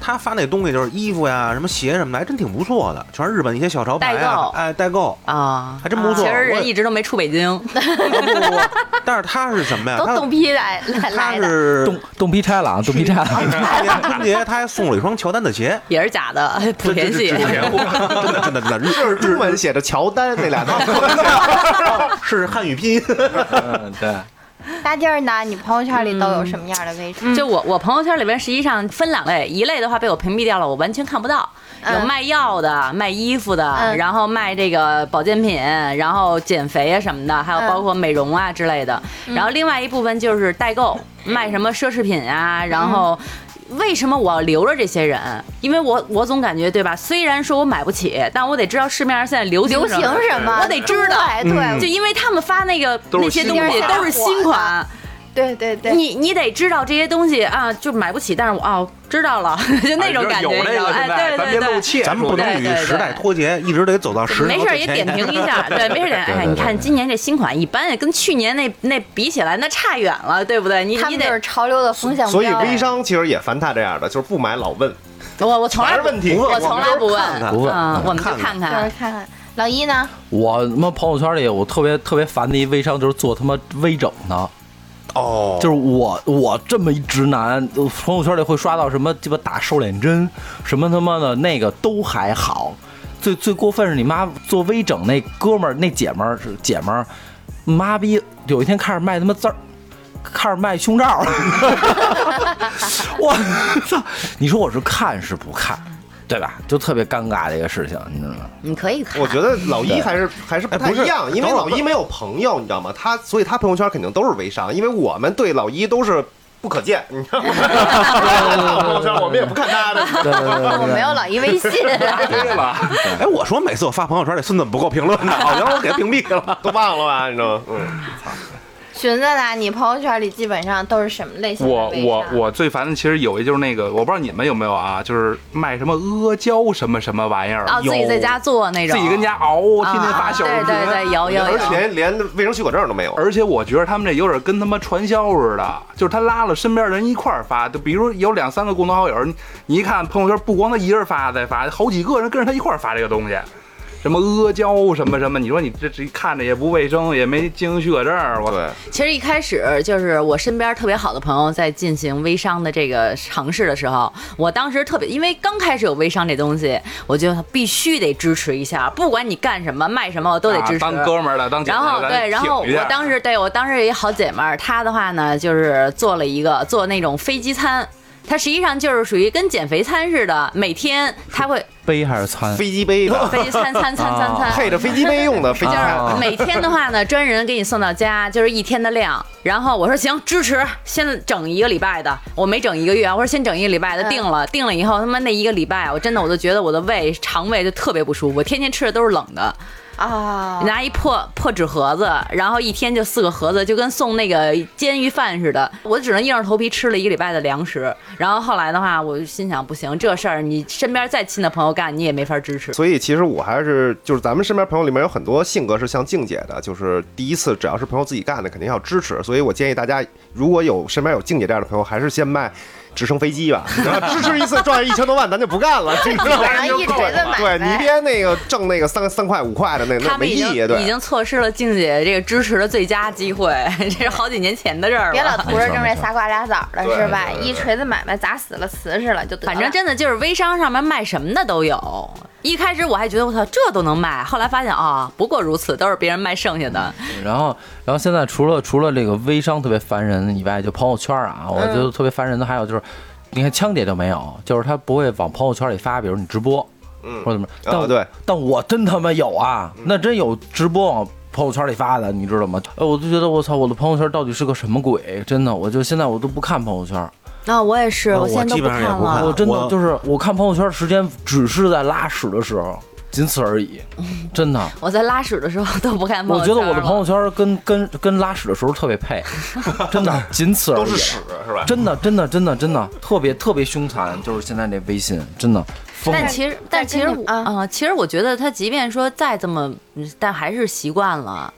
Speaker 4: 她发那东西就是衣服呀、什么鞋什么的，还真挺不错的，全是日本一些小潮牌
Speaker 3: 代购
Speaker 4: 啊，哎，代购
Speaker 3: 啊
Speaker 4: 还。真不错。
Speaker 3: 其实
Speaker 4: 我
Speaker 3: 人
Speaker 4: 也
Speaker 3: 一直都没出北京，
Speaker 4: 不不不，但是她是什么呀？
Speaker 1: 都
Speaker 4: 她
Speaker 1: 冻批来来
Speaker 4: 她
Speaker 1: 来的，
Speaker 4: 是
Speaker 2: 冻冻皮拆了啊，冻皮拆了。
Speaker 4: 去年春节，她还送了一双乔丹 的鞋，
Speaker 3: 也是 假的，莆田系。
Speaker 4: 真的真的真的日
Speaker 5: 就是中文写着乔丹那俩字，
Speaker 4: 是汉语拼音。
Speaker 2: 嗯，对，
Speaker 1: 大劲儿呢？你朋友圈里都有什么样的微商？
Speaker 3: 就我我朋友圈里边实际上分两类，一类的话被我屏蔽掉了，我完全看不到。有
Speaker 1: 嗯
Speaker 3: 卖药的、卖衣服的，
Speaker 1: 嗯
Speaker 3: 然后卖这个保健品，然后减肥啊什么的，还有
Speaker 1: 嗯
Speaker 3: 包括美容啊之类的。然后另外一部分就是代购，
Speaker 1: 嗯
Speaker 3: 卖什么奢侈品啊，然后。为什么我要留着这些人？因为我我总感觉对吧？虽然说我买不起，但我得知道市面上现在流行
Speaker 1: 流
Speaker 3: 什
Speaker 1: 行
Speaker 3: 么。
Speaker 1: 什么？
Speaker 3: 我得知道
Speaker 1: 对
Speaker 5: 嗯
Speaker 1: 对
Speaker 3: 就因为他们发那个
Speaker 6: 都是
Speaker 3: 那些
Speaker 6: 新
Speaker 3: 东西
Speaker 1: 款
Speaker 3: 都是新款，
Speaker 1: 对对对，
Speaker 3: 你你得知道这些东西啊，就买不起，但是我哦知道了， 就那种感觉，
Speaker 6: 啊有
Speaker 3: 你知
Speaker 6: 这
Speaker 3: 道
Speaker 6: 个
Speaker 3: 吗
Speaker 6: 现
Speaker 3: 哎，
Speaker 6: 在，
Speaker 3: 对
Speaker 6: 咱
Speaker 3: 对
Speaker 6: 别露
Speaker 3: 对。
Speaker 6: 怯，
Speaker 4: 咱们不能
Speaker 3: 对
Speaker 4: 与
Speaker 3: 对对
Speaker 4: 时代脱节，一直得走到十
Speaker 3: 没
Speaker 4: 年后
Speaker 3: 事
Speaker 4: 的
Speaker 3: 儿也
Speaker 4: 前
Speaker 3: 点评一下，对，没事儿点。哎，你看今年这新款一般，跟去年那那比起来，那差远了，对不对？你
Speaker 1: 他
Speaker 3: 你
Speaker 1: 们就是
Speaker 3: 得，
Speaker 1: 潮流的风向标。
Speaker 5: 所以微商其实也烦他这样的，就是不买老问，
Speaker 3: 我我从来
Speaker 5: 全是
Speaker 3: 不
Speaker 5: 问题。
Speaker 3: 我从来不问，
Speaker 4: 看
Speaker 2: 不问
Speaker 3: 嗯
Speaker 2: 嗯
Speaker 3: 我们就
Speaker 4: 看看
Speaker 3: 看
Speaker 1: 就是
Speaker 3: 看，
Speaker 1: 看看老一呢，
Speaker 2: 我他妈朋友圈里我特别特别烦的一微商就是做他妈微整的，
Speaker 4: 哦，
Speaker 2: 就是我我这么一直男，我朋友圈里会刷到什么鸡巴打瘦脸针，什么他妈的那个都还好，最最过分是你妈做微整那哥们儿那姐们儿是姐们儿，妈逼有一天开始卖他妈字儿。开始卖胸罩了， 我操！你说我是看是不看，对吧？就特别尴尬这个事情，你知道吗？
Speaker 3: 你可以看
Speaker 5: 我。觉得老一还是还是不太
Speaker 4: 哎不是
Speaker 5: 一样，因为
Speaker 4: 等会儿
Speaker 5: 老一没有朋友，你知道吗？他所以他朋友圈肯定都是微商，因为我们对老一都是不可见，你知道吗？他 朋友圈我们也不看他的。
Speaker 2: 对对对对对
Speaker 1: 哦我没有老一微 信，
Speaker 6: 对 了，
Speaker 4: 哎，我说每次我发朋友圈，这孙子不够评论的，好像我给他屏蔽了。
Speaker 5: 都忘了吧，你知道吗？嗯，
Speaker 1: 寻思呢，你朋友圈里基本上都是什么类型的
Speaker 6: 我
Speaker 1: 微
Speaker 6: 我
Speaker 1: 商
Speaker 6: 我最烦的其实有一就是那个，我不知道你们有没有啊，就是卖什么阿胶什么什么玩意儿
Speaker 3: 啊，，自己在家做那种，
Speaker 6: 自己跟家熬，天天发
Speaker 3: 啊
Speaker 6: 小视频，
Speaker 3: 对对对，有有
Speaker 5: 而且
Speaker 3: 有，
Speaker 5: 连连卫生许可证都没有。
Speaker 6: 而且我觉得他们这有点跟他妈传销似的，就是他拉了身边人一块儿发，就比如有两三个共同好友，你你一看朋友圈，不光他一人发在发，好几个人跟着他一块儿发这个东西，什么阿胶什么什么，你说你这这看着也不卫生，也没经营许可证，我
Speaker 5: 对，
Speaker 3: 其实一开始就是我身边特别好的朋友在进行微商的这个尝试的时候，我当时特别，因为刚开始有微商这东西，我就必须得支持一下，不管你干什么卖什么，我都得支持。
Speaker 6: 啊当哥们儿的，当姐
Speaker 3: 然
Speaker 6: 们
Speaker 3: 后
Speaker 6: 儿的，咱
Speaker 3: 对，然后
Speaker 6: 挺一下
Speaker 3: 我当时对我当时有一好姐们儿，她的话呢就是做了一个做那种飞机餐，它实际上就是属于跟减肥餐似的，每天她会
Speaker 2: 杯还是餐？
Speaker 5: 飞机杯 的，
Speaker 3: 飞机餐餐餐 餐
Speaker 6: 啊
Speaker 3: 餐，
Speaker 5: 配着飞机杯用的飞机
Speaker 2: 啊
Speaker 5: 杯。
Speaker 3: 就是每天的话呢，专人给你送到家， 就是一天的量。然后我说行，支持，先整一个礼拜的，我没整一个月啊，我说先整一个礼拜的，
Speaker 1: 嗯
Speaker 3: 定了，定了以后，他妈那一个礼拜，我真的我就觉得我的胃肠胃就特别不舒服，我天天吃的都是冷的，
Speaker 1: 啊，
Speaker 3: 拿一破破纸盒子，然后一天就四个盒子，就跟送那个煎鱼饭似的，我只能硬着头皮吃了一个礼拜的粮食。然后后来的话，我就心想不行，这事儿你身边再亲的朋友干，你也没法支持。
Speaker 5: 所以其实我还是就是咱们身边朋友里面有很多性格是像静姐的，就是第一次只要是朋友自己干的，肯定要支持。所以我建议大家，如果有身边有静姐这样的朋友，还是先卖直升飞机吧，然后支持一次赚一千多万，咱就不干了，这个
Speaker 1: 然后一锤子买呗
Speaker 5: 对你别那个挣那个三三块五块的那
Speaker 3: 他
Speaker 5: 那
Speaker 3: 们
Speaker 5: 没
Speaker 3: 已
Speaker 5: 意
Speaker 3: 经
Speaker 5: 义，啊
Speaker 3: 已
Speaker 5: 对。
Speaker 3: 经错失了静姐这个支持的最佳机会， 这是好几年前的事儿
Speaker 1: 别
Speaker 5: 啊
Speaker 1: 老
Speaker 3: 了。
Speaker 1: 图着挣这仨瓜俩枣的
Speaker 5: 对
Speaker 1: 是吧？
Speaker 5: 对对对
Speaker 1: 一锤子买卖砸死了瓷实了就得了。
Speaker 3: 反正真的就是微商上面卖什么的都有。一开始我还觉得我操这都能卖，后来发现啊、不过如此，都是别人卖剩下的。
Speaker 2: 然后，然后现在除了除了这个微商特别烦人以外，就朋友圈啊，我觉得特别烦人的还有就是你看枪姐就没有，就是她不会往朋友圈里发，比如你直播，嗯，或者怎么，但、
Speaker 5: 啊对，
Speaker 2: 但我真他妈有啊，那真有直播往朋友圈里发的，你知道吗？哎，我就觉得我操，我的朋友圈到底是个什么鬼？真的，我就现在我都不看朋友圈，
Speaker 1: 那、我也是，
Speaker 4: 我
Speaker 1: 现在都
Speaker 4: 基本上
Speaker 1: 看
Speaker 4: 也不看
Speaker 1: 了
Speaker 2: 我。真的
Speaker 4: 我
Speaker 2: 就是我看朋友圈时间只是在拉屎的时候，仅此而已，真的。
Speaker 3: 我在拉屎的时候都不看朋
Speaker 2: 我
Speaker 3: 友
Speaker 2: 觉得
Speaker 3: 圈了。
Speaker 2: 我的朋友圈跟跟跟拉屎的时候特别 配，真的，仅此而已。
Speaker 5: 都是屎是吧？
Speaker 2: 真的，真的，真的，真的，特别特别凶残，就是现在这微信，真的疯
Speaker 3: 但
Speaker 2: 了。
Speaker 3: 其实，
Speaker 1: 但
Speaker 3: 但
Speaker 1: 其
Speaker 3: 其
Speaker 1: 实
Speaker 3: 实
Speaker 1: 你
Speaker 3: 我，
Speaker 1: 啊
Speaker 3: 啊，其实我觉得他即便说再这么，嗯但还是习惯了。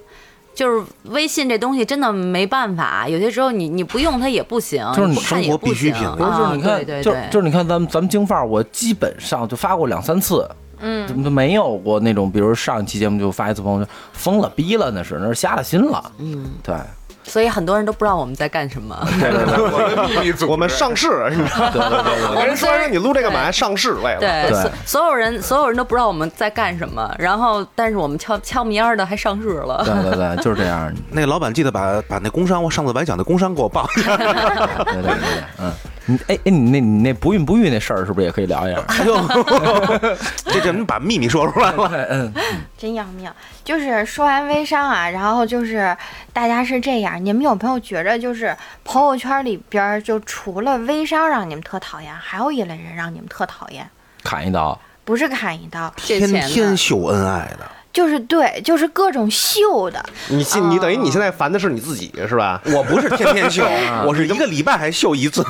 Speaker 3: 就是微信这东西真的没办法，有些时候你你不用它也不行，
Speaker 2: 就是你
Speaker 3: 你不看
Speaker 4: 生活
Speaker 3: 也不
Speaker 4: 必需
Speaker 3: 行
Speaker 4: 品
Speaker 2: 不是，就
Speaker 3: 啊
Speaker 2: 是你看，
Speaker 3: 对对
Speaker 2: 就是
Speaker 3: 对，
Speaker 2: 就是你看咱们咱们京范儿，我基本上就发过两三次，嗯，没有过那种，比如上一期节目就发一次朋友圈，疯了逼了，那是那是瞎了心了，嗯，对
Speaker 3: 所以很多人都不知道我们在干什么。
Speaker 5: 对对对，我们
Speaker 6: 秘密组织
Speaker 5: 我们上市，我跟人说说你录这干嘛？上市为了。
Speaker 3: 对，
Speaker 2: 对
Speaker 3: 所所有人所有人都不知道我们在干什么，然后但是我们悄悄咪儿的还上市了。
Speaker 2: 对对对，就是这样，
Speaker 4: 那个老板记得把把那工商，我上次白讲的工商给我 报一下。
Speaker 2: 对对对对，嗯，你哎哎，你那你那不孕不育那事儿是不是也可以聊一下？
Speaker 4: 哎呦，这这把秘密说出来了。
Speaker 2: 嗯，
Speaker 1: 真要命！就是说完微商啊，然后就是大家是这样，你们有没有觉着就是朋友圈里边儿就除了微商让你们特讨厌，还有一类人让你们特讨厌？
Speaker 2: 砍一刀，
Speaker 1: 不是砍一刀，
Speaker 3: 这
Speaker 4: 天
Speaker 3: 钱呢
Speaker 4: 天秀恩爱的，
Speaker 1: 就是对，就是各种秀的。
Speaker 5: 你信你等
Speaker 3: 哦
Speaker 5: 于你现在烦的是你自己是吧？
Speaker 4: 我不是天天秀，我是一个礼拜还秀一次。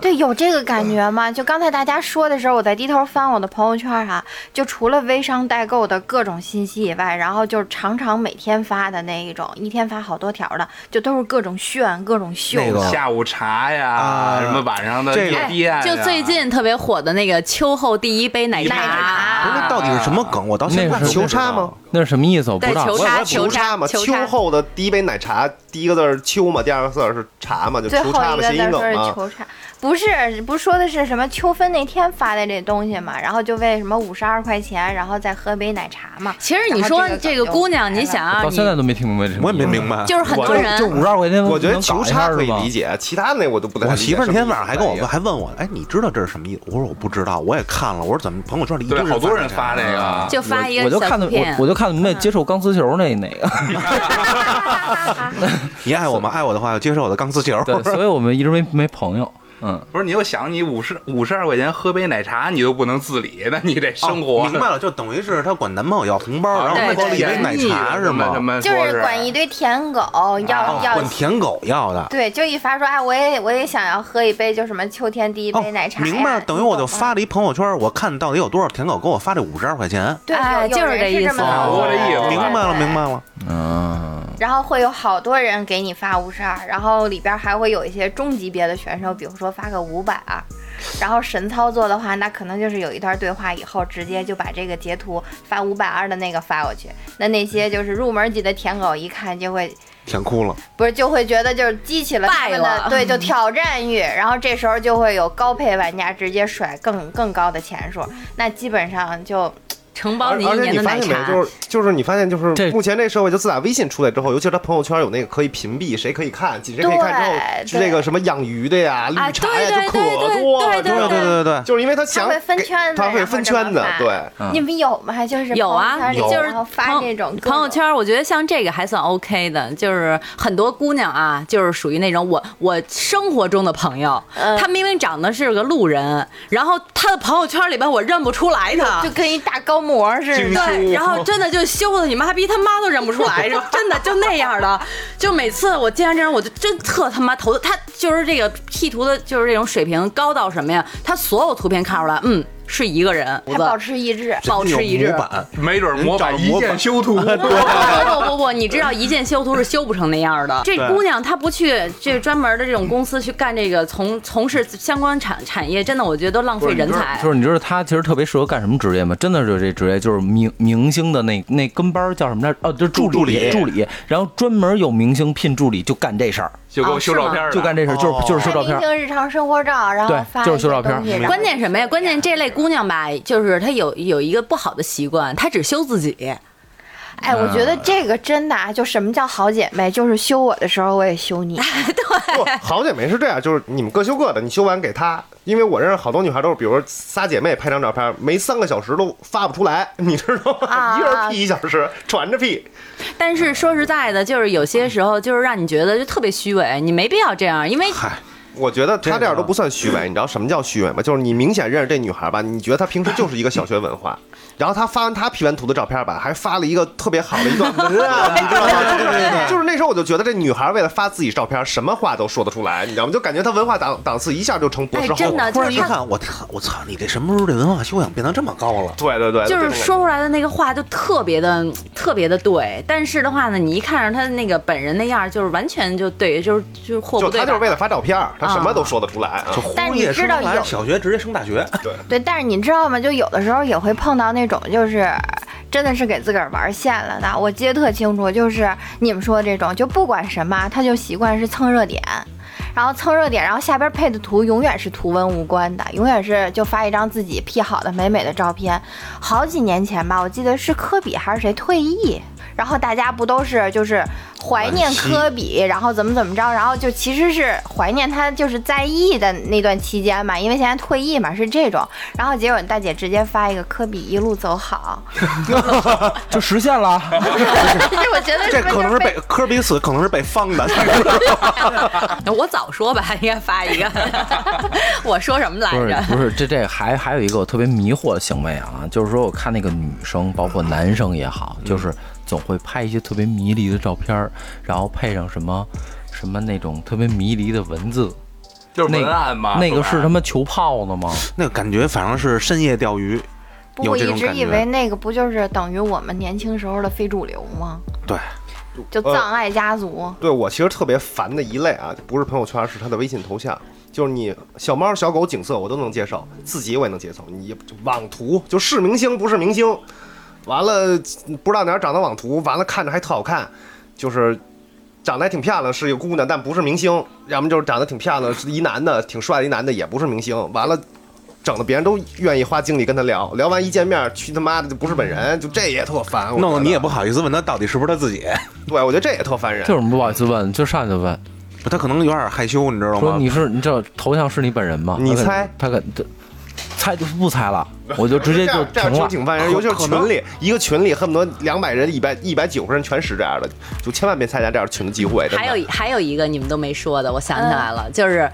Speaker 1: 对，有这个感觉吗？就刚才大家说的时候，我在低头翻我的朋友圈哈、就除了微商代购的各种信息以外，然后就是常常每天发的那一种，一天发好多条的，就都是各种炫、各种秀
Speaker 4: 那个
Speaker 1: 的。
Speaker 6: 下午茶呀，
Speaker 4: 啊
Speaker 6: 什么晚上的
Speaker 4: 这个
Speaker 6: 夜店呀，
Speaker 3: 就最近特别火的那个秋后第一杯奶
Speaker 1: 奶
Speaker 3: 茶，
Speaker 1: 茶
Speaker 4: 不是，那到底是什么梗？我到现在
Speaker 2: 那是
Speaker 5: 球叉吗？
Speaker 2: 那是什么意思？我不知
Speaker 3: 对
Speaker 2: 道。
Speaker 3: 球
Speaker 5: 我
Speaker 3: 叉
Speaker 5: 我
Speaker 3: 球
Speaker 5: 球
Speaker 3: 叉
Speaker 5: 叉嘛，
Speaker 3: 球
Speaker 5: 秋
Speaker 3: 叉
Speaker 5: 后的第一杯奶茶，第一个字儿秋嘛，第二个字儿是茶嘛，就
Speaker 1: 最后
Speaker 5: 球叉
Speaker 1: 一
Speaker 5: 嘛，
Speaker 1: 个
Speaker 5: 谐
Speaker 1: 字
Speaker 5: 音
Speaker 1: 说
Speaker 5: 梗
Speaker 1: 是
Speaker 5: 嘛。
Speaker 1: 球叉，不是，不是说的是什么秋分那天发的这东西嘛？然后就为什么五十二块钱，然后再喝杯奶茶 嘛？
Speaker 3: 其实你
Speaker 1: 然后
Speaker 3: 说
Speaker 1: 这个
Speaker 3: 这个
Speaker 1: 梗就
Speaker 3: 姑娘，
Speaker 1: 来了
Speaker 3: 你想啊，
Speaker 2: 到
Speaker 3: 你
Speaker 2: 现在都没听明白这什么
Speaker 4: 我
Speaker 2: 意
Speaker 4: 也
Speaker 2: 思，
Speaker 4: 没明白。
Speaker 3: 就是很多人
Speaker 2: 就五十二块
Speaker 4: 嗯
Speaker 2: 钱，
Speaker 5: 我觉得
Speaker 2: 能搞
Speaker 5: 球
Speaker 2: 一下
Speaker 5: 叉
Speaker 2: 是
Speaker 5: 可以
Speaker 2: 吧
Speaker 5: 理解，其他那我都不太理
Speaker 4: 我
Speaker 5: 解
Speaker 4: 媳妇儿那天晚上还跟我问，
Speaker 5: 什么意思
Speaker 4: 还问我，哎，你知道这是什么意思？我说我不知道，我也看了，我说怎么朋友圈里一堆
Speaker 6: 对好多人
Speaker 4: 发
Speaker 6: 发这个，
Speaker 3: 就发一个
Speaker 2: 我就
Speaker 3: 小
Speaker 2: 看的
Speaker 3: 图片嗯
Speaker 2: 我我就看你们那接受钢丝球那那个，
Speaker 4: 你爱我吗？爱我的话，接受我的钢丝球。
Speaker 2: 对， 所以我们一直没没朋友，嗯，
Speaker 6: 不是你又想你五十五十二块钱喝杯奶茶，你都不能自理，那你这生活、啊
Speaker 4: 哦明白了，就等于是她管男朋友要红包，然后
Speaker 3: 对对
Speaker 4: 她管了一杯
Speaker 3: 对
Speaker 4: 奶茶是
Speaker 6: 什么
Speaker 4: 吗？
Speaker 6: 什么，
Speaker 1: 就是管一堆舔狗，要
Speaker 4: 哦
Speaker 1: 要
Speaker 4: 管舔狗要的。
Speaker 1: 对，就一发说，哎，我也我也想要喝一杯，就什么秋天第一
Speaker 4: 哦
Speaker 1: 杯奶，茶呀、
Speaker 4: 明白了，等于我就
Speaker 1: 你懂吗
Speaker 4: 发了一朋友圈，我看到底有多少舔狗给我发这五十二块钱。
Speaker 1: 对，
Speaker 3: 哎
Speaker 1: 有有
Speaker 3: 就是
Speaker 1: 人
Speaker 3: 这
Speaker 1: 是
Speaker 3: 意
Speaker 1: 么
Speaker 3: 思
Speaker 1: 搞
Speaker 6: 哦我
Speaker 1: 的
Speaker 6: 这意思
Speaker 4: 明白了，明。
Speaker 1: 对
Speaker 4: 白了。
Speaker 2: 嗯，
Speaker 1: 然后会有好多人给你发五十二，然后里边还会有一些中级别的选手，比如说发个五百啊。然后神操作的话，那可能就是有一段对话以后，直接就把这个截图发五百二的那个发过去。那那些就是入门级的舔狗，一看就会
Speaker 4: 舔哭了，
Speaker 1: 不是就会觉得就是激起了他们
Speaker 3: 败
Speaker 1: 的
Speaker 3: 了
Speaker 1: 对，就挑战欲，然后这时候就会有高配玩家直接甩更更高的钱数，那基本上就
Speaker 3: 承包你一
Speaker 5: 而而且
Speaker 3: 年
Speaker 5: 你
Speaker 3: 的
Speaker 5: 发
Speaker 3: 奶
Speaker 5: 现没，
Speaker 3: 茶，
Speaker 5: 就是就是你发现就是
Speaker 2: 这
Speaker 5: 目前这社会，就自打微信出来之后，尤其是他朋友圈有那个可以屏蔽谁可以看，仅谁可以看之后
Speaker 1: 对，
Speaker 5: 是这个什么养鱼的呀、绿
Speaker 3: 啊
Speaker 5: 茶
Speaker 3: 对
Speaker 5: 呀，就可
Speaker 3: 对对
Speaker 5: 多了。
Speaker 3: 对
Speaker 4: 对对对对，
Speaker 5: 就是因为他想
Speaker 1: 他会分
Speaker 5: 给
Speaker 1: 圈子
Speaker 5: 他会
Speaker 1: 然后
Speaker 5: 分
Speaker 1: 这么
Speaker 5: 圈子
Speaker 1: 发，
Speaker 5: 对。
Speaker 2: 嗯
Speaker 1: 你们有吗？就是
Speaker 3: 有啊
Speaker 1: 朋友圈，里
Speaker 3: 就
Speaker 1: 然后
Speaker 3: 是
Speaker 1: 发
Speaker 3: 朋
Speaker 1: 这种各
Speaker 3: 朋友
Speaker 1: 种
Speaker 3: 圈，我觉得像这个还算 OK 的，就是很多姑娘啊，就是属于那种我我生活中的朋友，
Speaker 1: 嗯
Speaker 3: 她明明长得是个路人，然后她的朋友圈里边我认不出来她
Speaker 1: 就。跟一大高模似的。
Speaker 3: 对，然后真的就羞的你妈逼他妈都认不出来，就真的就那样的。就每次我见着这样，我就真特他妈头疼。他就是这个 P 图的，就是这种水平高到什么呀？他所有图片看出来，嗯，是一个人，
Speaker 1: 还保持一致，
Speaker 3: 保持一致
Speaker 4: 有模。板，
Speaker 6: 没准模板一键修图，
Speaker 3: 不不不不，你知道一键修图是修不成那样的。这姑娘她不去这专门的这种公司去干这个，从从事相关产产业，真的我觉得都浪费人才
Speaker 2: 就。是你知道他其实特别适合干什么职业吗？真的是这职业，就是明明星的那那跟班儿叫什么来着？哦，就是助
Speaker 4: 助
Speaker 2: 理
Speaker 4: 理
Speaker 2: 助理，然后专门有明星聘助理，就干这事儿，
Speaker 6: 就给我修照片儿，
Speaker 2: 就干
Speaker 6: 这。
Speaker 2: 这事儿，就是就
Speaker 1: 拍
Speaker 2: 是修
Speaker 3: 哦
Speaker 2: 照片
Speaker 1: 明
Speaker 2: 儿。
Speaker 1: 星日常生活照，然后
Speaker 2: 对
Speaker 1: 发
Speaker 2: 就是
Speaker 1: 一
Speaker 2: 修
Speaker 1: 些
Speaker 2: 照片
Speaker 1: 东西
Speaker 2: 嗯
Speaker 1: 然后
Speaker 3: 关键什么呀？关键这类姑娘吧，就是她有有一个不好的习惯，她只修自己。
Speaker 1: 哎，我觉得这个真的啊，就什么叫好姐妹，就是修我的时候我也修你，
Speaker 5: 不， 好姐妹是这样，就是你们各修各的，你修完给她。因为我认识好多女孩都是，比如说仨姐妹拍张照片，没三个小时都发不出来，你知道吗？
Speaker 1: 啊
Speaker 5: 一人 P 一小时，喘着 P。
Speaker 3: 但是说实在的，就是有些时候就是让你觉得就特别虚伪，你没必要这样，因为
Speaker 5: 我觉得她这样都不算虚伪，你知道什么叫虚伪吗？就是你明显认识这女孩吧，你觉得她平时就是一个小学 文化，然后她发完她 P 完图的照片吧，还发了一个特别好的一段文 案，你知道吗？就是就是那时候我就觉得这女孩为了发自己照片，什么话都说得出来，你知道吗？就感觉她文化档档次一下就成博
Speaker 3: 哎
Speaker 5: 士后
Speaker 3: 真的
Speaker 5: 了。
Speaker 4: 突
Speaker 3: 就
Speaker 4: 然
Speaker 3: 是
Speaker 4: 一
Speaker 3: 他
Speaker 4: 看，我操，我操，你这什么时候这文化修养变得这么高了？
Speaker 5: 对对对，
Speaker 3: 就是
Speaker 5: 这种感觉
Speaker 3: 说出来的那个话就特别的特别的对，但是的话呢，你一看着他那个本人那样儿，就是完全就对，就是就是货
Speaker 5: 就
Speaker 3: 不对啊
Speaker 5: 她就
Speaker 3: 版。
Speaker 5: 是为了发照片，她什么都说得出来。啊
Speaker 4: 就忽
Speaker 1: 但是
Speaker 4: 略
Speaker 1: 你知道
Speaker 4: 生完
Speaker 1: 有
Speaker 4: 小学直接升大学，
Speaker 1: 对，但是你知道吗？就有的时候也会碰到那种，就是真的是给自个儿玩线了的。我记得特清楚，就是你们说的这种，就不管什么，他就习惯是蹭热点。然后蹭热点，然后下边配的图永远是图文无关的，永远是就发一张自己 P 好的美美的照片。好几年前吧，我记得是科比还是谁退役，然后大家不都是就是怀念科比，然后怎么怎么着，然后就其实是怀念他就是在役的那段期间嘛，因为现在退役嘛是这种，然后结果大姐直接发一个科比一路走好，
Speaker 2: 就实现了。
Speaker 1: 这 我觉得
Speaker 4: 这
Speaker 1: 不
Speaker 4: 可能
Speaker 1: 就是
Speaker 4: 被科比死，可能是被方的。
Speaker 3: 我早说吧，应该发一个。 我说什么来
Speaker 2: 不是
Speaker 3: 着？
Speaker 2: 不是，这这还还有一个我特别迷惑的行为啊，就是说我看那个女生，包括男生也好，
Speaker 5: 嗯
Speaker 2: 就是总会拍一些特别迷离的照片儿，然后配上什么什么那种特别迷离的文字。
Speaker 6: 就是
Speaker 2: 那
Speaker 6: 文
Speaker 2: 个
Speaker 6: 案嘛，
Speaker 2: 那个
Speaker 6: 说白
Speaker 2: 是
Speaker 6: 了
Speaker 2: 他妈求泡的吗？
Speaker 4: 那个感觉反正是深夜钓鱼，
Speaker 1: 不
Speaker 4: 有
Speaker 1: 我
Speaker 4: 这
Speaker 1: 一
Speaker 4: 种
Speaker 1: 直
Speaker 4: 感
Speaker 1: 以
Speaker 4: 觉
Speaker 1: 为那个不就是等于我们年轻时候的非主流吗？
Speaker 4: 对，
Speaker 1: 就
Speaker 5: 呃
Speaker 1: 葬爱家族。
Speaker 5: 对我其实特别烦的一类啊，不是朋友圈，是他的微信头像。就是你小猫、小狗、景色我都能接受，自己我也能接受。你就网图就是明星不是明星，完了不知道哪儿长的网图，完了看着还特好看，就是长得还挺漂亮，是一个姑娘，但不是明星；要么就是长得挺漂亮，是一男的，挺帅的一男的，也不是明星。完了。整的别人都愿意花精力跟他聊，聊完一见面，去他妈的就不是本人，就这也特烦。我
Speaker 4: 弄得你也
Speaker 5: 觉
Speaker 4: 不好意思问他到底是不是他自己，
Speaker 5: 对，我觉得这也特烦人。
Speaker 2: 这有什么不好意思问？就上去问，
Speaker 4: 他可能有点害羞，你知道
Speaker 2: 说
Speaker 4: 吗？
Speaker 2: 你是你这头像是你本人吗？
Speaker 5: 你
Speaker 2: 他可
Speaker 5: 猜
Speaker 2: 他可这猜就不猜 了，我就直接
Speaker 5: 这
Speaker 2: 就
Speaker 5: 样这
Speaker 2: 停
Speaker 5: 样
Speaker 2: 了
Speaker 5: 挺。挺烦人，尤其是群里，一个群里恨不得两百人、一百一百九十人全是这样的，就千万别参加这样群的聚会。真的
Speaker 3: 还有一还有一个你们都没说的，我想起来了，就是。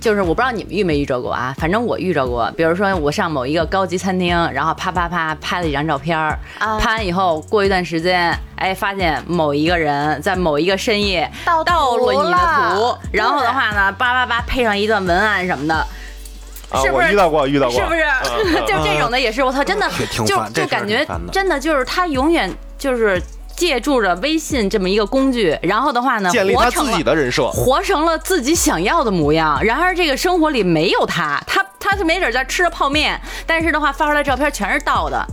Speaker 3: 就是我不知道你们遇没遇着过啊，反正我遇着过。比如说我上某一个高级餐厅，然后啪啪啪拍了几张照片儿，
Speaker 1: 啊
Speaker 3: 拍完以后过一段时间，哎，发现某一个人在某一个深夜
Speaker 1: 盗图
Speaker 3: 盗了你的图
Speaker 1: 了，
Speaker 3: 然后的话呢，叭叭叭配上一段文案什么的，
Speaker 5: 啊
Speaker 3: 是，不
Speaker 5: 我
Speaker 3: 是
Speaker 5: 遇到过，遇到过，
Speaker 3: 是不是？ 就这种的也是，我操，真的
Speaker 4: 挺挺
Speaker 3: 就
Speaker 4: 烦这
Speaker 3: 就
Speaker 4: 事儿
Speaker 3: 感觉
Speaker 4: 挺烦的
Speaker 3: 真的就是他永远就是借助着微信这么一个工具，然后的话呢，
Speaker 5: 建立
Speaker 3: 活
Speaker 5: 他
Speaker 3: 成
Speaker 5: 自
Speaker 3: 了
Speaker 5: 己的人设。
Speaker 3: 活成了自己想要的模样。然而这个生活里没有他，他他就没准在吃着泡面，但是的话发出来照片全是盗的，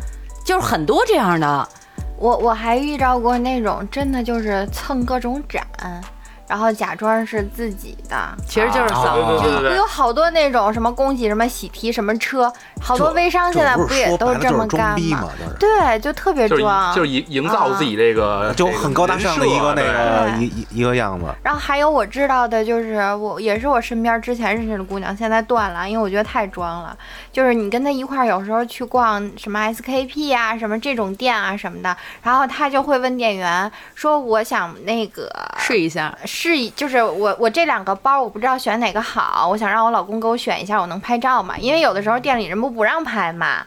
Speaker 3: 就是很多这样的。
Speaker 1: 我我还遇到过那种真的就是蹭各种展，然后假装是自己的。
Speaker 3: 其实就是扫
Speaker 6: 啊对对对对
Speaker 1: 不有好多那种什么恭喜什么喜提什么车，好多
Speaker 4: 这
Speaker 1: 微商现在
Speaker 4: 这不是
Speaker 1: 也
Speaker 4: 说白
Speaker 1: 都
Speaker 4: 了就
Speaker 1: 这么
Speaker 4: 是装
Speaker 1: 干
Speaker 4: 逼
Speaker 1: 吗
Speaker 4: 嘛？，就是
Speaker 1: 对，就特别
Speaker 6: 就是
Speaker 1: 装。啊
Speaker 6: 就是营营造自己这个
Speaker 4: 就很高大上的一个那个
Speaker 1: 对
Speaker 4: 一一一个样子。
Speaker 1: 然后还有我知道的，就是我也是我身边之前认识的姑娘，现在断了，因为我觉得太装了。就是你跟她一块儿，有时候去逛什么 SKP 啊，什么这种店啊什么的，然后她就会问店员说：“我想那个
Speaker 3: 试一下，
Speaker 1: 试一，就是我我这两个包我不知道选哪个好，我想让我老公给我选一下，我能拍照吗？因为有的时候店里人不不让拍嘛。”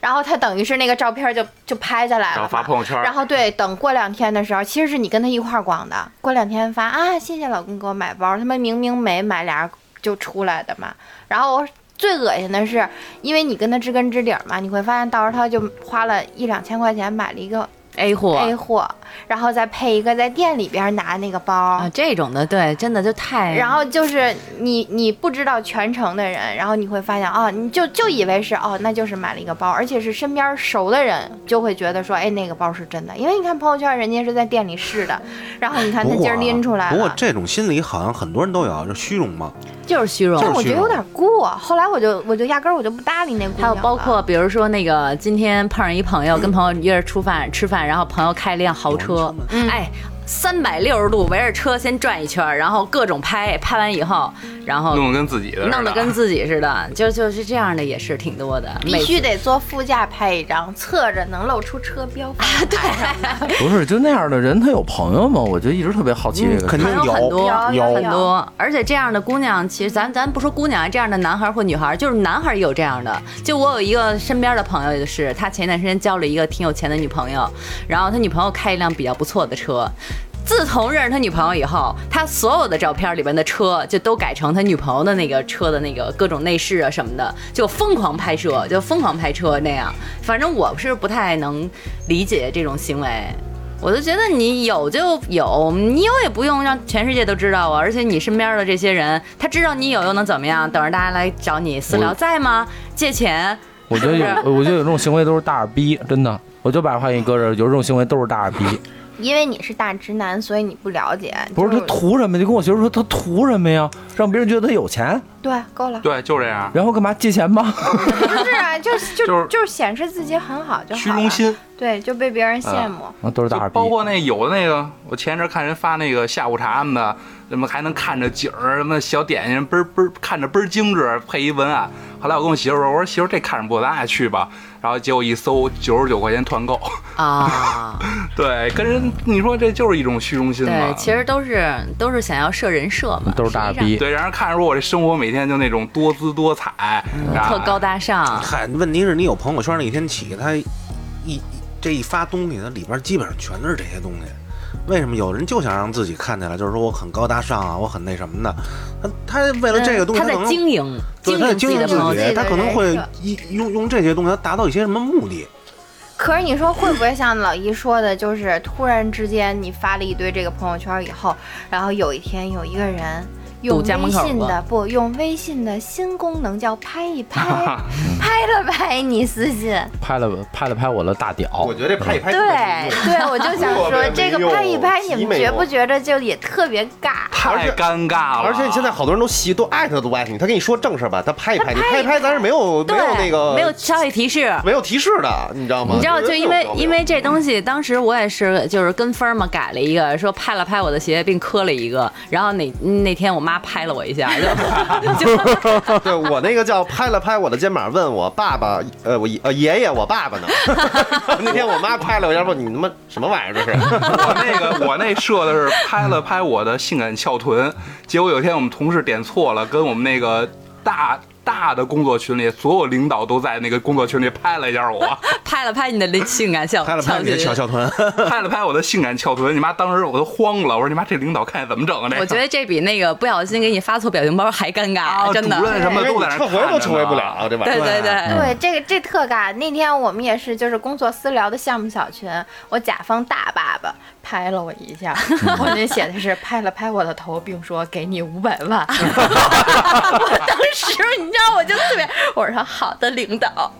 Speaker 1: 然后她等于是那个照片就就拍下来
Speaker 6: 然
Speaker 1: 了嘛，
Speaker 6: 后发朋友圈，
Speaker 1: 然后对，等过两天的时候，其实是你跟他一块儿逛的。过两天发啊，谢谢老公给我买包，他们明明没买，俩人就出来的嘛。然后我最恶心的是，因为你跟他知根知底儿嘛，你会发现到时候他就花了一两千块钱买了一个
Speaker 3: A 货
Speaker 1: A 货，然后再配一个在店里边拿那个包
Speaker 3: 啊，。这种的对，真的就太
Speaker 1: 然后就是你，你不知道全程的人，然后你会发现啊、你就就以为是哦，那就是买了一个包，而且是身边熟的人就会觉得说，哎，那个包是真的，因为你看朋友圈人家是在店里试的，然后你看他今
Speaker 4: 不过
Speaker 1: 儿
Speaker 4: 啊
Speaker 1: 拎出来
Speaker 4: 不过
Speaker 1: 了，
Speaker 4: 这种心理好像很多人都有，啊就是虚荣嘛。
Speaker 2: 嗯
Speaker 3: 就是虚荣。
Speaker 1: 但我觉得有点过。后来我就我就压根儿我就不搭理那姑娘
Speaker 3: 还
Speaker 1: 了
Speaker 3: 有包括比如说那个今天碰上一朋友，跟朋友约着吃饭吃饭，饭，然后朋友开一辆豪车，
Speaker 1: 嗯
Speaker 3: 哎，三百六十度围着车先转一圈儿，然后各种拍，拍完以后，然后
Speaker 6: 弄得跟自己的似的，
Speaker 3: 弄 得跟自己似的，就就是这样的也是挺多的，
Speaker 1: 必须得坐副驾拍一张，侧着能露出车标。啊对，
Speaker 2: 不是就那样的人，他有朋友吗？我就一直特别好
Speaker 5: 嗯
Speaker 2: 奇这个事儿。
Speaker 4: 嗯肯定
Speaker 3: 朋友很多，
Speaker 4: 有
Speaker 1: 有
Speaker 4: 有
Speaker 3: 很多，而且这样的姑娘，其实咱咱不说姑娘啊，这样的男孩或女孩，就是男孩也有这样的。就我有一个身边的朋友，就是他前一段时间交了一个挺有钱的女朋友，然后他女朋友开一辆比较不错的车。自从认识他女朋友以后，他所有的照片里边的车就都改成他女朋友的那个车的那个各种内饰啊什么的，就疯狂拍摄，就疯狂拍车那样。反正我是不太能理解这种行为，我就觉得你有就有，你有也不用让全世界都知道啊。而且你身边的这些人，他知道你有又能怎么样？等着大家来找你私聊，
Speaker 2: 我
Speaker 3: 在吗？
Speaker 2: 嗯
Speaker 3: 借钱。
Speaker 2: 我觉得 有，
Speaker 6: 啊
Speaker 2: 我觉得有这种行为都是大耳逼，真的。我就把话给你搁这儿，有这种行为都是大耳 逼。
Speaker 1: 因为你是大直男，所以你不了解。
Speaker 2: 不是
Speaker 1: 就
Speaker 2: 他图什么？就跟我媳妇说他图什么呀？让别人觉得他有钱，
Speaker 1: 对，够了。
Speaker 6: 对，就这样，
Speaker 2: 然后干嘛借钱吧？
Speaker 1: 不是啊，就就
Speaker 6: 就是
Speaker 1: 就是显示自己很好就好了。
Speaker 6: 虚荣心。
Speaker 1: 对，就被别人羡慕。
Speaker 2: 啊，都是大
Speaker 6: 就
Speaker 2: 耳逼。
Speaker 6: 包括那有的那个，我前一阵看人发那个下午茶什么的，什么还能看着景儿，什么小点心，倍儿倍儿看着倍儿精致，配一文案。后来我跟我媳妇说，我说媳妇这看着不错，咱俩去吧。然后结果一搜，九十九块钱团购，
Speaker 3: 啊，
Speaker 6: 对，跟人你说这就是一种虚荣心嘛
Speaker 3: 对，。其实都是都是想要设人设嘛，
Speaker 2: 嗯都是大耳逼，
Speaker 6: 对，让人看着说我这生活每天就那种多姿多彩，啊
Speaker 3: 嗯特高大上。
Speaker 4: 嗨，问题是你有朋友圈那一天起，他一这一发东西，它里边基本上全是这些东西。为什么有人就想让自己看起来就是说我很高大上啊，我很那什么的？他他为了这个
Speaker 1: 嗯
Speaker 4: 东西，
Speaker 3: 嗯他在
Speaker 4: 可能
Speaker 3: 经营，
Speaker 4: 对
Speaker 3: 经
Speaker 4: 他在
Speaker 3: 营自
Speaker 4: 经
Speaker 3: 己
Speaker 4: 营
Speaker 3: 的
Speaker 4: 自
Speaker 3: 朋友
Speaker 1: 自
Speaker 3: 圈。
Speaker 1: 己
Speaker 4: 己，他
Speaker 1: 的
Speaker 4: 可能
Speaker 1: 人
Speaker 4: 会
Speaker 1: 设
Speaker 4: 一用用这些东西，他达到一些什么目的？
Speaker 1: 可是你说会不会像老姨说的，就是突然之间你发了一堆这个朋友圈以后，然后有一天有一个人。用
Speaker 3: 堵家门
Speaker 1: 微
Speaker 3: 口
Speaker 1: 信的
Speaker 3: 了
Speaker 1: 不用微信的新功能叫拍一拍，拍了拍你私信，
Speaker 2: 拍了拍了拍我的大屌。
Speaker 5: 我觉得这拍一拍
Speaker 1: 对对，我就想
Speaker 5: 特别
Speaker 1: 说
Speaker 5: 没
Speaker 1: 这个拍一
Speaker 5: 用
Speaker 1: 拍，你
Speaker 5: 极
Speaker 1: 们
Speaker 5: 没
Speaker 1: 觉
Speaker 5: 用
Speaker 1: 不觉着就也特别尬？
Speaker 6: 太尴尬了。
Speaker 5: 而且你现在好多人都习都艾特他都不艾特你，他跟你说正事儿吧，他拍一拍你，拍一拍咱是没有没
Speaker 3: 对，
Speaker 5: 有那个
Speaker 3: 没有消息提示。
Speaker 5: 没有提示的，你知道吗？
Speaker 3: 你知道，就因为
Speaker 5: 这种
Speaker 3: 因为这东西，当时我也是就是跟风嘛，改了一个，说拍了拍我的鞋，并磕了一个，然后那那天我妈拍了我一下，就就
Speaker 5: 对我那个叫拍了拍我的肩膀，问我爸爸，呃，我爷呃爷爷，我爸爸呢？ 那天我妈拍了我一下，说你他妈什么玩意儿这是？
Speaker 6: 我那个我那设的是拍了拍我的性感翘臀，结果有一天我们同事点错了，跟我们那个大大的工作群里所有领导都在那个工作群里拍了一下我，
Speaker 3: 拍了拍你的性感笑，
Speaker 4: 拍了拍你的小
Speaker 3: 笑
Speaker 4: 小臀，
Speaker 6: 拍了拍我的性感翘臀，你妈当时我都慌了，我说你妈这领导看见怎么整啊？这
Speaker 3: 我觉得这比那个不小心给你发错表情包还尴尬，
Speaker 4: 哦
Speaker 6: 啊，
Speaker 3: 真
Speaker 6: 主
Speaker 3: 的。
Speaker 6: 任什么
Speaker 5: 因为哎你
Speaker 6: 都在那
Speaker 5: 撤回
Speaker 6: 看着
Speaker 5: 都
Speaker 6: 呢啊
Speaker 5: 撤回不。了这玩 意
Speaker 3: 对
Speaker 5: 儿。
Speaker 3: 对对，
Speaker 1: 对，这个这特尬。那天我们也是，就是工作私聊的项目小群，我甲方大爸爸拍了我一下，我那写的是拍了拍我的头，并说给你五百万。 我当时你知道，我就特别，我说好的，领导，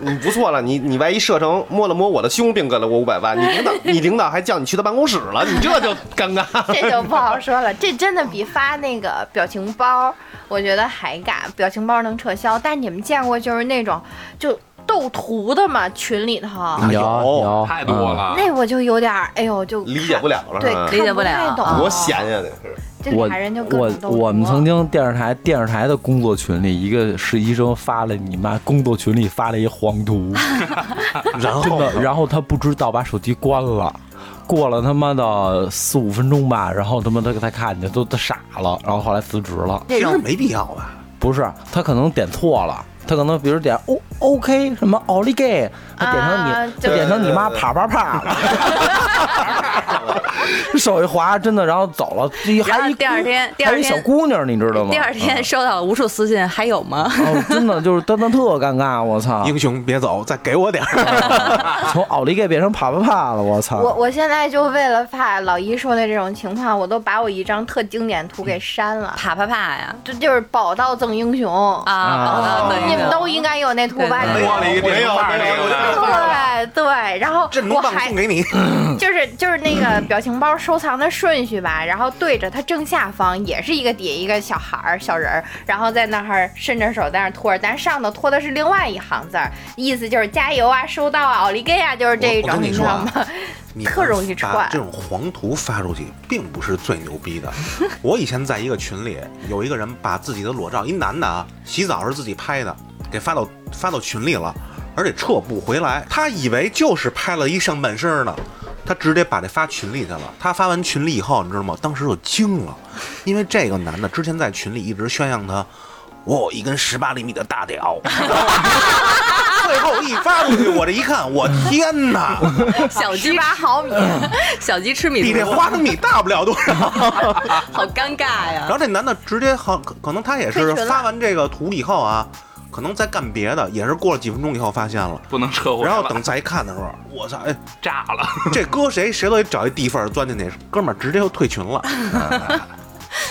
Speaker 5: 你不错了，你你万一射程摸了摸我的胸，并给了我五百万，你领导你领导还叫你去他办公室了，你这就尴尬。
Speaker 1: 这就不好说了。这真的比发那个表情包，我觉得还尬。表情包能撤销，但你们见过就是那种就斗图的嘛，群里头。
Speaker 5: 嗯
Speaker 2: 有有
Speaker 6: 太多，了，
Speaker 1: 那我就有点儿，哎呦，就
Speaker 5: 理解不了了
Speaker 1: 对
Speaker 5: 是吧，
Speaker 1: 看
Speaker 3: 理解不
Speaker 1: 太
Speaker 3: 了
Speaker 1: 懂
Speaker 3: 啊
Speaker 5: 多闲呀，得是。
Speaker 1: 这
Speaker 2: 我
Speaker 1: 俩人就各
Speaker 2: 我
Speaker 1: 种斗啊
Speaker 2: 我们
Speaker 1: 图
Speaker 2: 曾经电视台电视台的工作群里，一个实习生发了你妈工作群里发了一黄 图，
Speaker 4: 然
Speaker 2: 真
Speaker 4: 后
Speaker 2: 的，然后他不知道把手机关了。过了他妈的四五分钟吧，然后他妈他他看见都他傻了，然后后来辞职了。
Speaker 4: 其实没必要啊吧？
Speaker 2: 不是，他可能点错了，他可能比如点 O O K 什么奥利给，他点成你，
Speaker 1: 啊
Speaker 2: 他
Speaker 1: 对
Speaker 2: 点成你妈
Speaker 5: 对对
Speaker 2: 啪啪 啪了，手一滑，真的，然后走了，一
Speaker 3: 然
Speaker 2: 还
Speaker 3: 后
Speaker 2: 一
Speaker 3: 第二
Speaker 2: 姑
Speaker 3: 天第
Speaker 2: 还
Speaker 3: 二
Speaker 2: 一小
Speaker 3: 天
Speaker 2: 姑娘，你知道吗？
Speaker 3: 第二天收到了无数私信，还有吗？
Speaker 2: 嗯，哦，真的就是真的特尴尬，我
Speaker 1: 啊
Speaker 2: 操，
Speaker 4: 英雄别走，再给我点儿。
Speaker 2: 从奥利给变成啪啪啪了，我
Speaker 1: 我
Speaker 2: 操，
Speaker 1: 我现在就为了怕老姨说的这种情况，我都把我一张特经典图给删了，
Speaker 3: 啪啪啪呀！
Speaker 1: 这就是宝刀赠英雄
Speaker 3: 啊，宝
Speaker 2: 啊
Speaker 3: 宝的
Speaker 1: 你
Speaker 3: 那
Speaker 1: 们
Speaker 3: 个
Speaker 1: 都应该有那图吧？
Speaker 3: 对
Speaker 5: 没
Speaker 6: 摸
Speaker 5: 有
Speaker 6: 了一个电
Speaker 5: 没有
Speaker 6: 饭
Speaker 5: 没有
Speaker 6: 那个
Speaker 5: 没有
Speaker 6: 的。
Speaker 1: 对对，然后
Speaker 4: 这能
Speaker 1: 我
Speaker 4: 棒
Speaker 1: 还
Speaker 4: 送给你，
Speaker 1: 就是就是就是那个表情包收藏的顺序吧，然后对着它正下方也是一个底一个小孩儿小人儿，然后在那儿伸着手在那儿拖着，但是上头拖的是另外一行字儿，意思就是加油啊，收到啊，奥利给啊，就是这
Speaker 4: 我我
Speaker 1: 种，
Speaker 4: 跟
Speaker 1: 你
Speaker 4: 你
Speaker 1: 知
Speaker 4: 说
Speaker 1: 道
Speaker 4: 啊
Speaker 1: 吗？
Speaker 4: 你
Speaker 1: 特容易
Speaker 4: 把
Speaker 1: 串
Speaker 4: 这种黄图发出去，并不是最牛逼的。我以前在一个群里，有一个人把自己的裸照，一男的啊，洗澡是自己拍的，给发到发到群里了，而且撤不回来。他以为就是拍了一上半身呢，他直接把这发群里去了。他发完群里以后，你知道吗？当时就惊了，因为这个男的之前在群里一直宣扬他，我有一根十八厘米的大屌。 最后一发出去，我这一看，我天哪！
Speaker 3: 小
Speaker 1: 十
Speaker 3: 鸡
Speaker 1: 八毫米，
Speaker 3: 小鸡吃米
Speaker 4: 比这
Speaker 3: 糊，
Speaker 4: 花生米大不了多少。
Speaker 3: 好尴尬
Speaker 4: 然
Speaker 3: 呀！
Speaker 4: 后这男的直接好，可可能他也
Speaker 1: 退
Speaker 4: 是
Speaker 1: 群了
Speaker 4: 发完这个图以后啊，可能在干别的，也是过了几分钟以后发现了。
Speaker 6: 不能撤回了，
Speaker 4: 然后等再一看的时候，我操！哎，
Speaker 6: 炸了。
Speaker 4: 这搁谁谁都得找一地缝儿钻进去，哥们儿直接就退群了。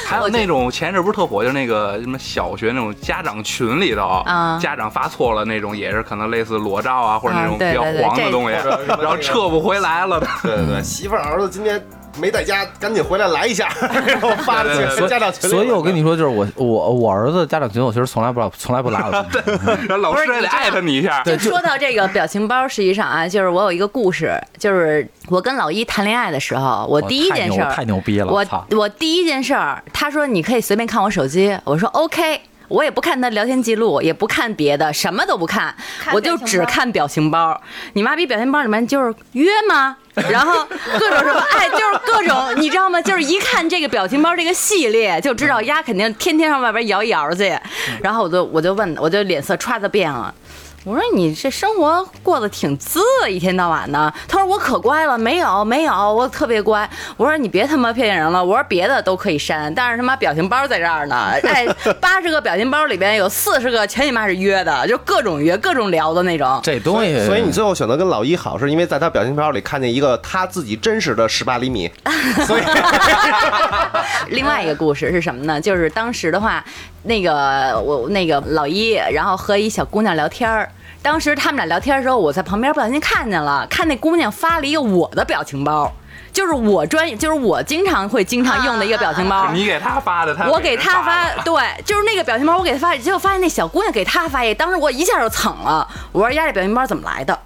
Speaker 6: 还有那种前一阵不是特火，就是那个什么小学那种家长群里头，
Speaker 3: 啊
Speaker 6: 家长发错了那种，也是可能类似裸照啊，或者那种
Speaker 3: 啊
Speaker 6: 比
Speaker 3: 对
Speaker 6: 较
Speaker 3: 对对
Speaker 6: 黄
Speaker 3: 这
Speaker 6: 的东西，
Speaker 5: 或者什么
Speaker 6: 然后
Speaker 5: 那个
Speaker 6: 撤不回 来了。
Speaker 5: 对对对，媳妇儿儿子今天没在家，赶紧回来来一下，然后发
Speaker 6: 对
Speaker 5: 的
Speaker 6: 对
Speaker 5: 群家长群里。
Speaker 2: 所以我跟你说，就是我我我儿子家长群，我其实从来不拉，从来不拉 我群。
Speaker 6: 然后老
Speaker 3: 不是
Speaker 6: 师也
Speaker 3: 你
Speaker 6: 得
Speaker 3: 这
Speaker 6: 艾特你一下。
Speaker 3: 就说到这个表情包，实际上啊，就是我有一个故事，就是我跟老一谈恋爱的时候，我
Speaker 2: 哇
Speaker 3: 第一
Speaker 2: 太
Speaker 3: 件
Speaker 2: 牛
Speaker 3: 事儿
Speaker 2: 太牛逼了！
Speaker 3: 我
Speaker 2: 操！
Speaker 3: 我第一件事儿，他说你可以随便看我手机，我说 OK。我也不看他聊天记录，也不看别的，什么都不看，
Speaker 1: 看
Speaker 3: 我就
Speaker 1: 表情
Speaker 3: 只
Speaker 1: 包
Speaker 3: 看表情包。你妈逼表情包里面就是约吗？然后各种什么，哎，就是各种，你知道吗？就是一看这个表情包这个系列，就知道丫肯定天天上外边摇一摇去。
Speaker 2: 嗯
Speaker 3: 然后我就我就问，我就脸色歘的变了。我说你这生活过得挺滋的，一天到晚的。他说我可乖了，没有没有，我特别乖。我说你别他妈骗人了，我说别的都可以删，但是他妈表情包在这儿呢。哎，八十个表情包里边有四十个全你妈是约的，就各种约各种聊的那种。
Speaker 2: 这东西，
Speaker 5: 所以你最后选择跟老一好，是因为在他表情包里看见一个他自己真实的十八厘米， 所以
Speaker 3: 另外一个故事是什么呢？就是当时的话，那个我那个老一，然后和一小姑娘聊天儿。当时他们俩聊天的时候，我在旁边不小心看见了，看那姑娘发了一个我的表情包，就是我专，就是我经常会经常用的一个表情包。
Speaker 6: 啊你给他发的，他
Speaker 3: 我给她
Speaker 6: 他
Speaker 3: 发，对，就是那个表情包，我给她发，结果发现那小姑娘给她发一，当时我一下就蹭了，我说丫这表情包怎么来的？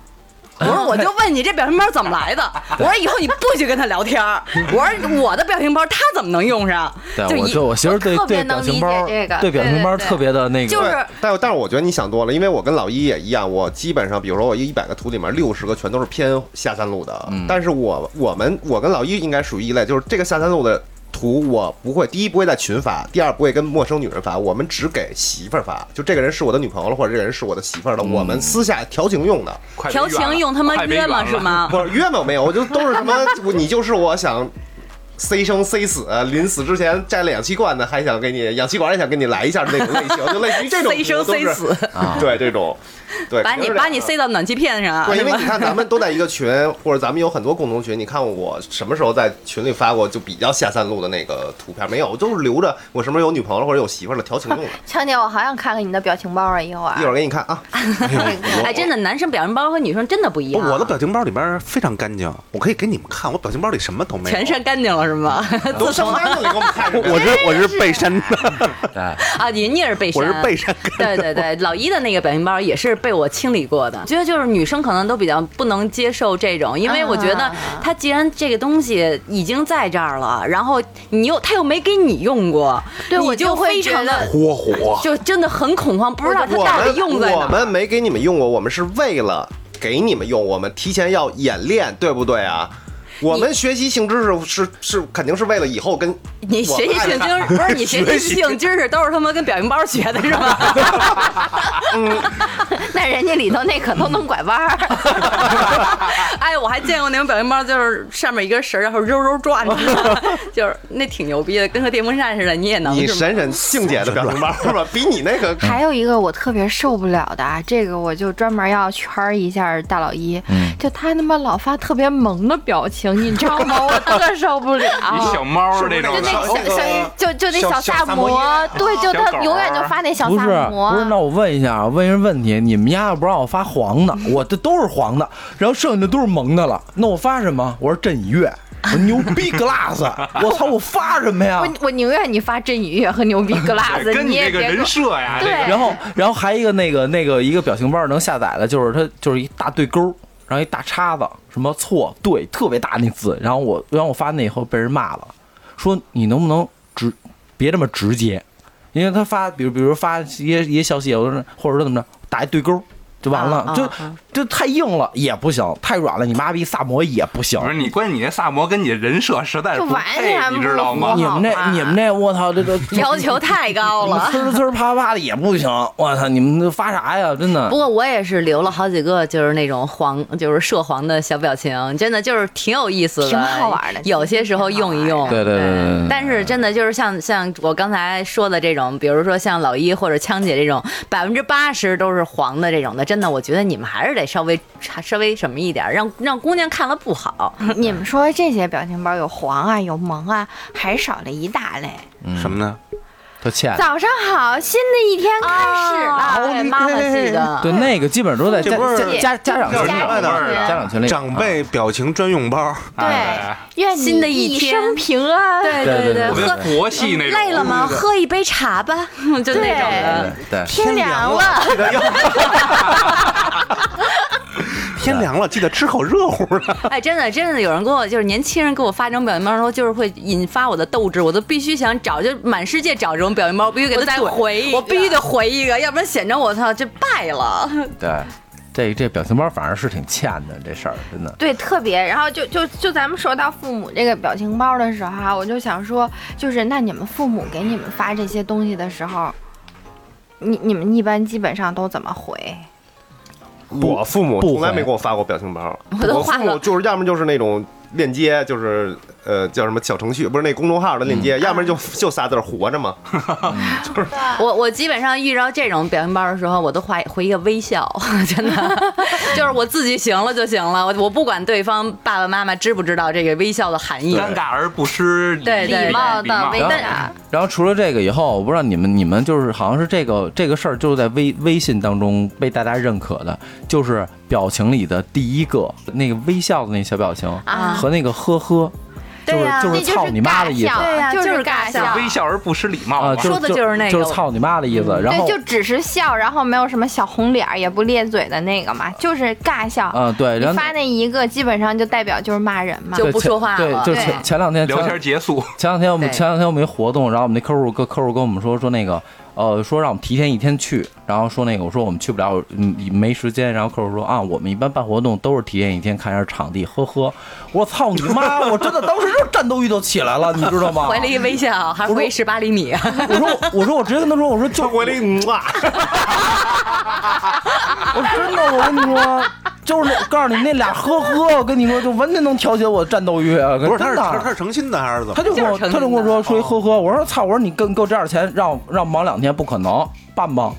Speaker 3: 我说我就问你这表情包怎么来的？我说以后你不许跟她聊天儿。我说我的表情包她怎么能用上？
Speaker 2: 对我
Speaker 3: 一
Speaker 2: 就我其实对
Speaker 1: 特别
Speaker 2: 对
Speaker 1: 能
Speaker 2: 表情
Speaker 1: 理解
Speaker 2: 包
Speaker 1: 这个
Speaker 2: 对表
Speaker 1: 对
Speaker 2: 情
Speaker 1: 对
Speaker 2: 包
Speaker 1: 对
Speaker 2: 特别的那个，
Speaker 3: 就是
Speaker 5: 但但是我觉得你想多了，因为我跟老一也一样，我基本上比如说我一百个图里面六十个全都是偏下三路的，
Speaker 3: 嗯
Speaker 5: 但是我我们我跟老一应该属于一类，就是这个下三路的图我不会，第一不会在群发，第二不会跟陌生女人发，我们只给媳妇儿发，就这个人是我的女朋友了，或者这个人是我的媳妇儿了，我
Speaker 3: 嗯
Speaker 5: 们私下调情用的，
Speaker 6: 快别
Speaker 3: 调
Speaker 6: 远了
Speaker 3: 情用他妈
Speaker 6: 快别
Speaker 3: 约吗？
Speaker 6: 远
Speaker 3: 是
Speaker 6: 了
Speaker 3: 吗？
Speaker 5: 不是约吗？没有，我就都是 什么，我你就是我想。塞生塞死，临死之前摘了氧气罐子，还想给你氧气管也想给你来一下的那种类型，就类似于这种
Speaker 3: 塞生
Speaker 5: 图都
Speaker 3: 塞
Speaker 5: 是
Speaker 3: 死，
Speaker 5: 对这种，对，
Speaker 3: 把
Speaker 5: 肯
Speaker 3: 你
Speaker 5: 定是这
Speaker 3: 把
Speaker 5: 样
Speaker 3: 你
Speaker 5: 的
Speaker 3: 塞。到暖气片上，
Speaker 5: 对，因
Speaker 3: 是
Speaker 5: 为
Speaker 3: 吧
Speaker 5: 你？看，咱们都在一个群，或者咱们有很多共同群。你看我什么时候在群里发过就比较下三路的那个图片？没有，我都是留着我什么时候有女朋友或者有媳妇儿了调情用的。
Speaker 1: 强姐，我好想看看你的表情包啊，一会儿
Speaker 5: 一会。儿给你看啊，
Speaker 3: 哎，真的，男生表情包和女生真的不一样。
Speaker 4: 我的表情包里边非常干净，我可以给你们看，我表情包里什么都没有。
Speaker 3: 全删干净了是吗？
Speaker 5: 都上班了，你给我们看什么呀？
Speaker 4: 我是我是被删的，
Speaker 2: 对
Speaker 3: 啊，你你也是被删，
Speaker 4: 我是被删
Speaker 3: 对
Speaker 4: 干
Speaker 3: 对对，老一的那个表情包也是被我清理过的。觉得就是女生可能都比较不能接受这种，因为我觉得
Speaker 1: 啊
Speaker 3: 它既然这个东西已经在这儿了，然后你又它又没给你用过，
Speaker 1: 对
Speaker 3: 你
Speaker 1: 我就会
Speaker 3: 非常
Speaker 1: 觉
Speaker 3: 的
Speaker 4: 火火。
Speaker 3: 就真的很恐慌，不知道它
Speaker 5: 我
Speaker 3: 到
Speaker 5: 们
Speaker 3: 底用在
Speaker 5: 我
Speaker 3: 哪儿。
Speaker 5: 们没给你们用过，我们是为了给你们用，我们提前要演练，对不对啊？我们学习性知识是是肯定是为了以后跟
Speaker 3: 你学习性知识不是你学习性知识都是他妈跟表情包学的是吗？
Speaker 1: 那人家里头那可都能拐弯儿。
Speaker 3: 哎，我还见过那种表情包，就是上面一根绳儿，然后揉揉转 的，就是那挺牛逼的，跟个电风扇似的，你也能
Speaker 5: 你
Speaker 3: 啊是吗？
Speaker 5: 闪闪静姐的表情包是吧？比你那个
Speaker 1: 还有一个我特别受不了的啊，这个我就专门要圈儿一下大老一，就他他妈老发特别萌的表情，你知道吗？我特受不了。
Speaker 6: 一小猫
Speaker 3: 哦
Speaker 6: 儿那
Speaker 1: 就
Speaker 6: 种
Speaker 1: 那
Speaker 6: 的，
Speaker 1: 小小就就那
Speaker 4: 小
Speaker 1: 小萨
Speaker 4: 小萨摩
Speaker 1: 摩
Speaker 4: 耶，
Speaker 1: 对，就他
Speaker 6: 小狗儿
Speaker 1: 永远就发那小
Speaker 2: 不
Speaker 1: 萨
Speaker 2: 是
Speaker 1: 摩。啊
Speaker 2: 不是，那我问一下，啊问一个问题，你们家要不让我发黄的，我的都是黄的，然后剩下的都是萌的了，那我发什么？我说朕已阅，我牛逼 glass，我操，我发什么呀
Speaker 1: 我？我宁愿你发振宇乐和牛逼 glass，
Speaker 6: 跟你
Speaker 1: 也
Speaker 6: 这个
Speaker 1: 别
Speaker 6: 人
Speaker 1: 跟
Speaker 6: 设呀，这
Speaker 1: 对
Speaker 6: 个
Speaker 2: 然后，然后还一个那个那个一个表情包能下载的，就是它就是一大对勾，然后一大叉子，什么错对，特别大那字。然后我，然后我发那以后被人骂了，说你能不能直别这么直接，因为他发，比如比如发一些一些消息，有的人或者说怎么着，打一对勾就完了，
Speaker 3: 啊啊
Speaker 2: 就、
Speaker 3: 啊
Speaker 2: 就太硬了也不行，太软了你妈逼萨摩也不行
Speaker 6: 不。是你，关键你那萨摩跟你人设实在是不配
Speaker 1: 就完全，不
Speaker 6: 你知道
Speaker 1: 符
Speaker 6: 吗
Speaker 1: 合？
Speaker 2: 你们
Speaker 1: 好吧
Speaker 2: 这你们这我操这个
Speaker 3: 要求太高了。
Speaker 2: 呲儿呲儿啪啪的也不行，我操你们这发啥呀？真的
Speaker 3: 不。过我也是留了好几个，就是那种黄，就是涉黄的小表情，真的就是挺有意思的，
Speaker 1: 挺好玩的
Speaker 3: 有些时候用一用，
Speaker 2: 对对对对对对
Speaker 3: 但是真的就是像像我刚才说的这种，比如说像老一或者枪姐这种，百分之八十都是黄的这种的，真的，我觉得你们还是得稍微稍微什么一点，让让姑娘看了不好。
Speaker 1: 你们说这些表情包有黄啊，有萌啊，还少了一大类。
Speaker 4: 什
Speaker 2: 嗯
Speaker 4: 么呢？
Speaker 2: 他欠
Speaker 1: 早上好，新的一天开始哎了。
Speaker 3: 对妈妈系的，
Speaker 2: 对，那个基本上都在家
Speaker 4: 这不是
Speaker 2: 家家家长群
Speaker 4: 叫
Speaker 2: 里
Speaker 4: 什
Speaker 2: 有，
Speaker 4: 么来着
Speaker 2: 家长群里有啊
Speaker 4: 长辈表情专用包，
Speaker 1: 对
Speaker 6: 哎，
Speaker 1: 愿你
Speaker 3: 新的一天
Speaker 1: 生平安。
Speaker 2: 对
Speaker 3: 对
Speaker 2: 对对
Speaker 3: 对，
Speaker 6: 我跟
Speaker 3: 喝嗯
Speaker 6: 佛系那种。
Speaker 3: 累了吗？喝一杯茶吧，就那种的。
Speaker 2: 对
Speaker 1: 天凉了，
Speaker 4: 记得要。天凉了，记得吃口热乎的。
Speaker 3: 哎，真的，真的有人给我，就是年轻人给我发这种表情包的时候，就是会引发我的斗志，我都必须想找，就满世界找这种表情包，我必须给
Speaker 7: 我
Speaker 3: 他
Speaker 7: 再
Speaker 3: 怼
Speaker 7: 回一个
Speaker 3: 我必须得回一个，要不然显着我操这败了。
Speaker 2: 对，这这表情包反正是挺欠的，这事儿真的。
Speaker 1: 对，特别。然后就就就咱们说到父母这个表情包的时候啊，我就想说，就是那你们父母给你们发这些东西的时候，你你们一般基本上都怎么回？
Speaker 5: 我父母
Speaker 2: 不
Speaker 5: 从来
Speaker 2: 回
Speaker 5: 没给我发过表情包，
Speaker 3: 我都
Speaker 5: 我
Speaker 3: 画
Speaker 5: 父母
Speaker 3: 了
Speaker 5: 就是要么就是那种链接，就是呃叫什么小程序，不是那公众号的链接，要么就就仨字儿活着嘛。
Speaker 3: 我我基本上遇到这种表情包的时候，我都回回一个微笑，真的， 就是我自己行了就行了，我我不管对方爸爸妈妈知不知道这个微笑的含义。
Speaker 6: 尴尬而不失
Speaker 3: 对对
Speaker 6: 礼貌
Speaker 3: 礼貌的微啊
Speaker 6: 然后
Speaker 3: 但
Speaker 2: 然后除了这个以后，我不知道你们你们就是好像是这个这个事儿就是在微微信当中被大家认可的，就是表情里的第一个那个微笑的那小表情
Speaker 1: 啊
Speaker 2: 和那个呵呵，就是就是
Speaker 1: 那
Speaker 2: 操你妈的意思
Speaker 1: 尬笑
Speaker 3: 对呀
Speaker 1: 就是
Speaker 3: 就是
Speaker 1: 尬
Speaker 3: 尬笑
Speaker 6: 微笑而不失礼貌
Speaker 2: 啊，
Speaker 6: 嘛。
Speaker 2: 就
Speaker 3: 说的
Speaker 2: 就
Speaker 3: 就是那个
Speaker 2: 就是操你妈的意思。然后
Speaker 1: 对，就只是笑，然后没有什么小红脸儿，也不咧嘴的那个嘛，就是尬笑。
Speaker 2: 啊对，
Speaker 1: 你
Speaker 2: 然后
Speaker 1: 发那一个，基本上就代表就是骂人嘛。
Speaker 3: 就
Speaker 2: 对
Speaker 3: 不
Speaker 2: 前
Speaker 3: 说话
Speaker 2: 对
Speaker 3: 了，
Speaker 2: 就是
Speaker 1: 对
Speaker 2: 前前两天
Speaker 6: 聊
Speaker 2: 前
Speaker 6: 天 结束，
Speaker 2: 前两天我们
Speaker 3: 对
Speaker 2: 前两天我们一活动，然后我们那客户跟客户跟我们说说那个，呃，说让我们提前一天去，然后说那个我说我们去不了，嗯，没时间。然后客户说啊，我们一般办活动都是提前一天看一下场地，呵呵。我操你妈！我真的当时就战斗欲就起来了，你知道吗？
Speaker 3: 回了一个微笑，还回十八厘米。
Speaker 2: 我说我我说我直接跟他说，我说就
Speaker 5: 他回来一嗯哇，
Speaker 2: 我真的我跟你说，就是那告诉你那俩呵呵，我跟你说就完全能调节我的战斗欲啊。
Speaker 4: 不是，他
Speaker 2: 真
Speaker 4: 是
Speaker 2: 的
Speaker 4: 他是他是诚心的还是怎么
Speaker 2: 他？就跟我，
Speaker 3: 就是
Speaker 2: 他就
Speaker 3: 成哦
Speaker 2: 跟我说说一呵呵，我说操，我说你给给我这点钱，让我让我忙两天，不可能，办吧，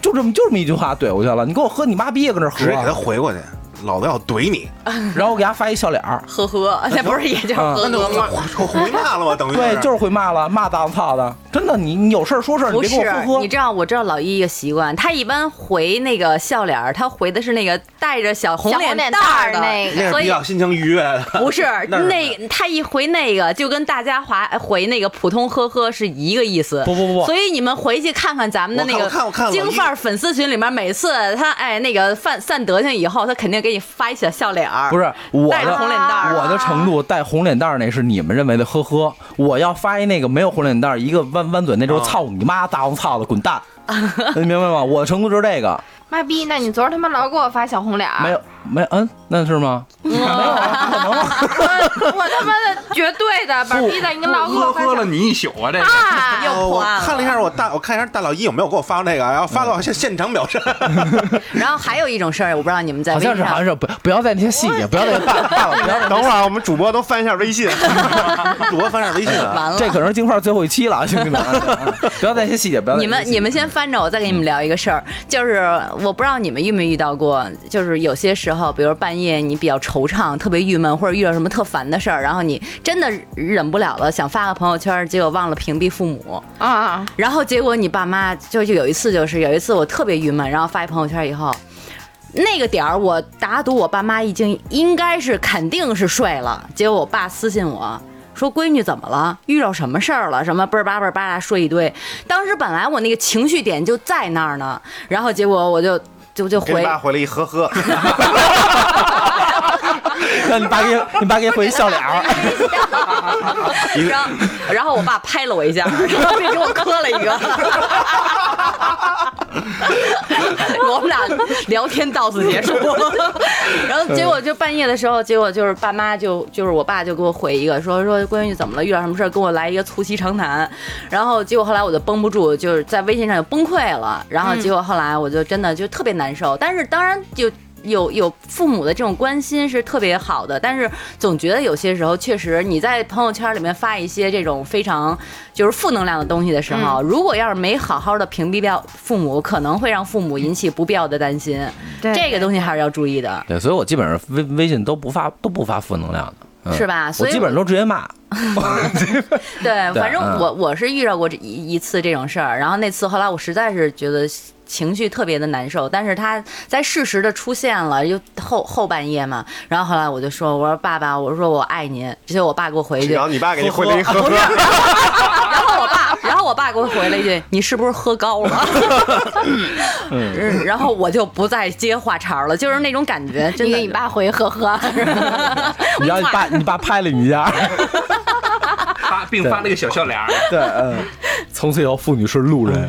Speaker 2: 就这么就这么一句话怼过去了。你给我喝你妈逼也搁那儿
Speaker 4: 直接给他
Speaker 2: 喝，
Speaker 4: 回过去，老子要怼你。
Speaker 2: 然后我给他发一笑脸 儿，
Speaker 3: 呵呵，那不是也就是
Speaker 2: 啊
Speaker 3: 呵
Speaker 4: 那就
Speaker 3: 呵吗？
Speaker 4: 回回骂了吗？等于
Speaker 2: 对，就是会骂了，骂脏操的，真的，你你有事儿说事儿，你
Speaker 3: 不
Speaker 2: 别
Speaker 3: 是
Speaker 2: 给我呵，呵
Speaker 3: 你。知道我知道老一一个习惯，他一般回那个笑脸儿，他回的是那个带着小红
Speaker 1: 小
Speaker 3: 脸
Speaker 1: 红脸
Speaker 3: 蛋
Speaker 1: 蛋
Speaker 3: 儿
Speaker 1: 儿
Speaker 3: 的
Speaker 1: 那个
Speaker 4: 那是
Speaker 3: 所
Speaker 4: 比
Speaker 3: 以
Speaker 4: 较心情愉悦的。
Speaker 3: 不是
Speaker 4: 那是
Speaker 3: 那他一回那个就跟大家华回那个普通呵呵是一个意思。
Speaker 2: 不不不不
Speaker 3: 所以你们回去看看咱们的那
Speaker 4: 我看我看我
Speaker 3: 个
Speaker 4: 看
Speaker 3: 京范儿粉丝群里面，每次他哎那个散散德性以后，他肯定给你发一小笑脸儿，
Speaker 2: 不是我
Speaker 3: 带着红
Speaker 2: 的
Speaker 3: 脸蛋儿。啊
Speaker 2: 我的程度带红脸蛋儿那是你们认为的呵呵，我要发一那个没有红脸蛋儿，一个弯弯嘴，那
Speaker 4: 嗯
Speaker 2: 就是操你妈大王操的滚蛋， 你明白吗？我的程度就是这个，
Speaker 1: 妈逼，那你昨儿他妈老给我发小红脸儿，
Speaker 2: 没
Speaker 3: 啊
Speaker 2: 有没嗯那是吗？
Speaker 1: 我他妈的绝对的，板逼的，你老给
Speaker 6: 呵
Speaker 1: 我发
Speaker 6: 呵了
Speaker 1: 小
Speaker 6: 你一宿啊，这个
Speaker 1: 啊！
Speaker 3: 又破
Speaker 4: 呃我
Speaker 3: 案了
Speaker 4: 看了一下，我大我看一下大老一有没有给我发过那个，然后发到现现场秒删。
Speaker 3: 然后还有一种事儿，我不知道你们在
Speaker 2: 好
Speaker 3: 微
Speaker 2: 像是
Speaker 3: 信
Speaker 2: 好像
Speaker 3: 上。
Speaker 2: 是不不要在那些细节，不要在 大大佬不要
Speaker 5: 等会儿啊，我们主播都翻一下微信，
Speaker 4: 主播翻下微信啊，
Speaker 3: 完了，
Speaker 2: 这可能是京范儿最后一期了，啊，兄弟们， 啊不要在那些细节，不要在
Speaker 3: 你们
Speaker 2: 那些细节
Speaker 3: 你们先翻着，我再给你们聊一个事儿，就是我不知道你们遇没遇到过，就是有些时候，比如半夜你比较惆怅、特别郁闷，或者遇到什么特烦的事儿，然后你真的忍不了了，想发个朋友圈，结果忘了屏蔽父母，
Speaker 1: 啊，
Speaker 3: 然后结果你爸妈就就有一次就是有一次我特别郁闷，然后发一朋友圈以后，那个点儿，我打赌我爸妈已经应该是肯定是睡了。结果我爸私信我说：“闺女怎么了？遇到什么事儿了？什么倍儿叭倍儿叭说一堆。”当时本来我那个情绪点就在那儿呢，然后结果我就就就
Speaker 5: 给你
Speaker 3: 回
Speaker 5: 爸回了一呵 呵，
Speaker 2: 让你爸给你爸给回一笑脸 儿。
Speaker 3: 然后，然后我爸拍了我一下，然后就给我磕了一个。我们俩聊天到此结束，然后结果就半夜的时候，结果就是爸妈就就是我爸就给我回一个说说闺女怎么了，遇到什么事儿跟我来一个促膝长谈，然后结果后来我就绷不住，就是在微信上就崩溃了，然后结果后来我就真的就特别难受，但是当然就有有父母的这种关心是特别好的，但是总觉得有些时候确实你在朋友圈里面发一些这种非常就是负能量的东西的时候，如果要是没好好的屏蔽掉父母，可能会让父母引起不必要的担心。
Speaker 1: 嗯对
Speaker 3: 这个东西还是要注意的，
Speaker 2: 对，所以我基本上微微信都不发都不发负能量的，嗯、
Speaker 3: 是吧？
Speaker 2: 我
Speaker 3: 所以
Speaker 2: 基本上都直接骂。
Speaker 3: 对，
Speaker 2: 对
Speaker 3: 反正
Speaker 2: 嗯
Speaker 3: 我我是遇到过这一一次这种事儿，然后那次后来我实在是觉得情绪特别的难受，但是他在适时的出现了，又后后半夜嘛，然后后来我就说，我说爸爸，我说我爱您，结果我爸给我回一句，
Speaker 5: 然后你爸给你回了一呵呵，
Speaker 3: 然后我爸，然后我爸给我回了一句：“你是不是喝高了？” 嗯然后我就不再接话茬了，就是那种感觉，真
Speaker 1: 你
Speaker 3: 的。
Speaker 1: 给你爸回呵呵，
Speaker 2: 你让你 爸你爸拍了你一下。
Speaker 6: 发并发了一个小笑脸儿。
Speaker 2: 对，嗯，从此以后妇女是路人。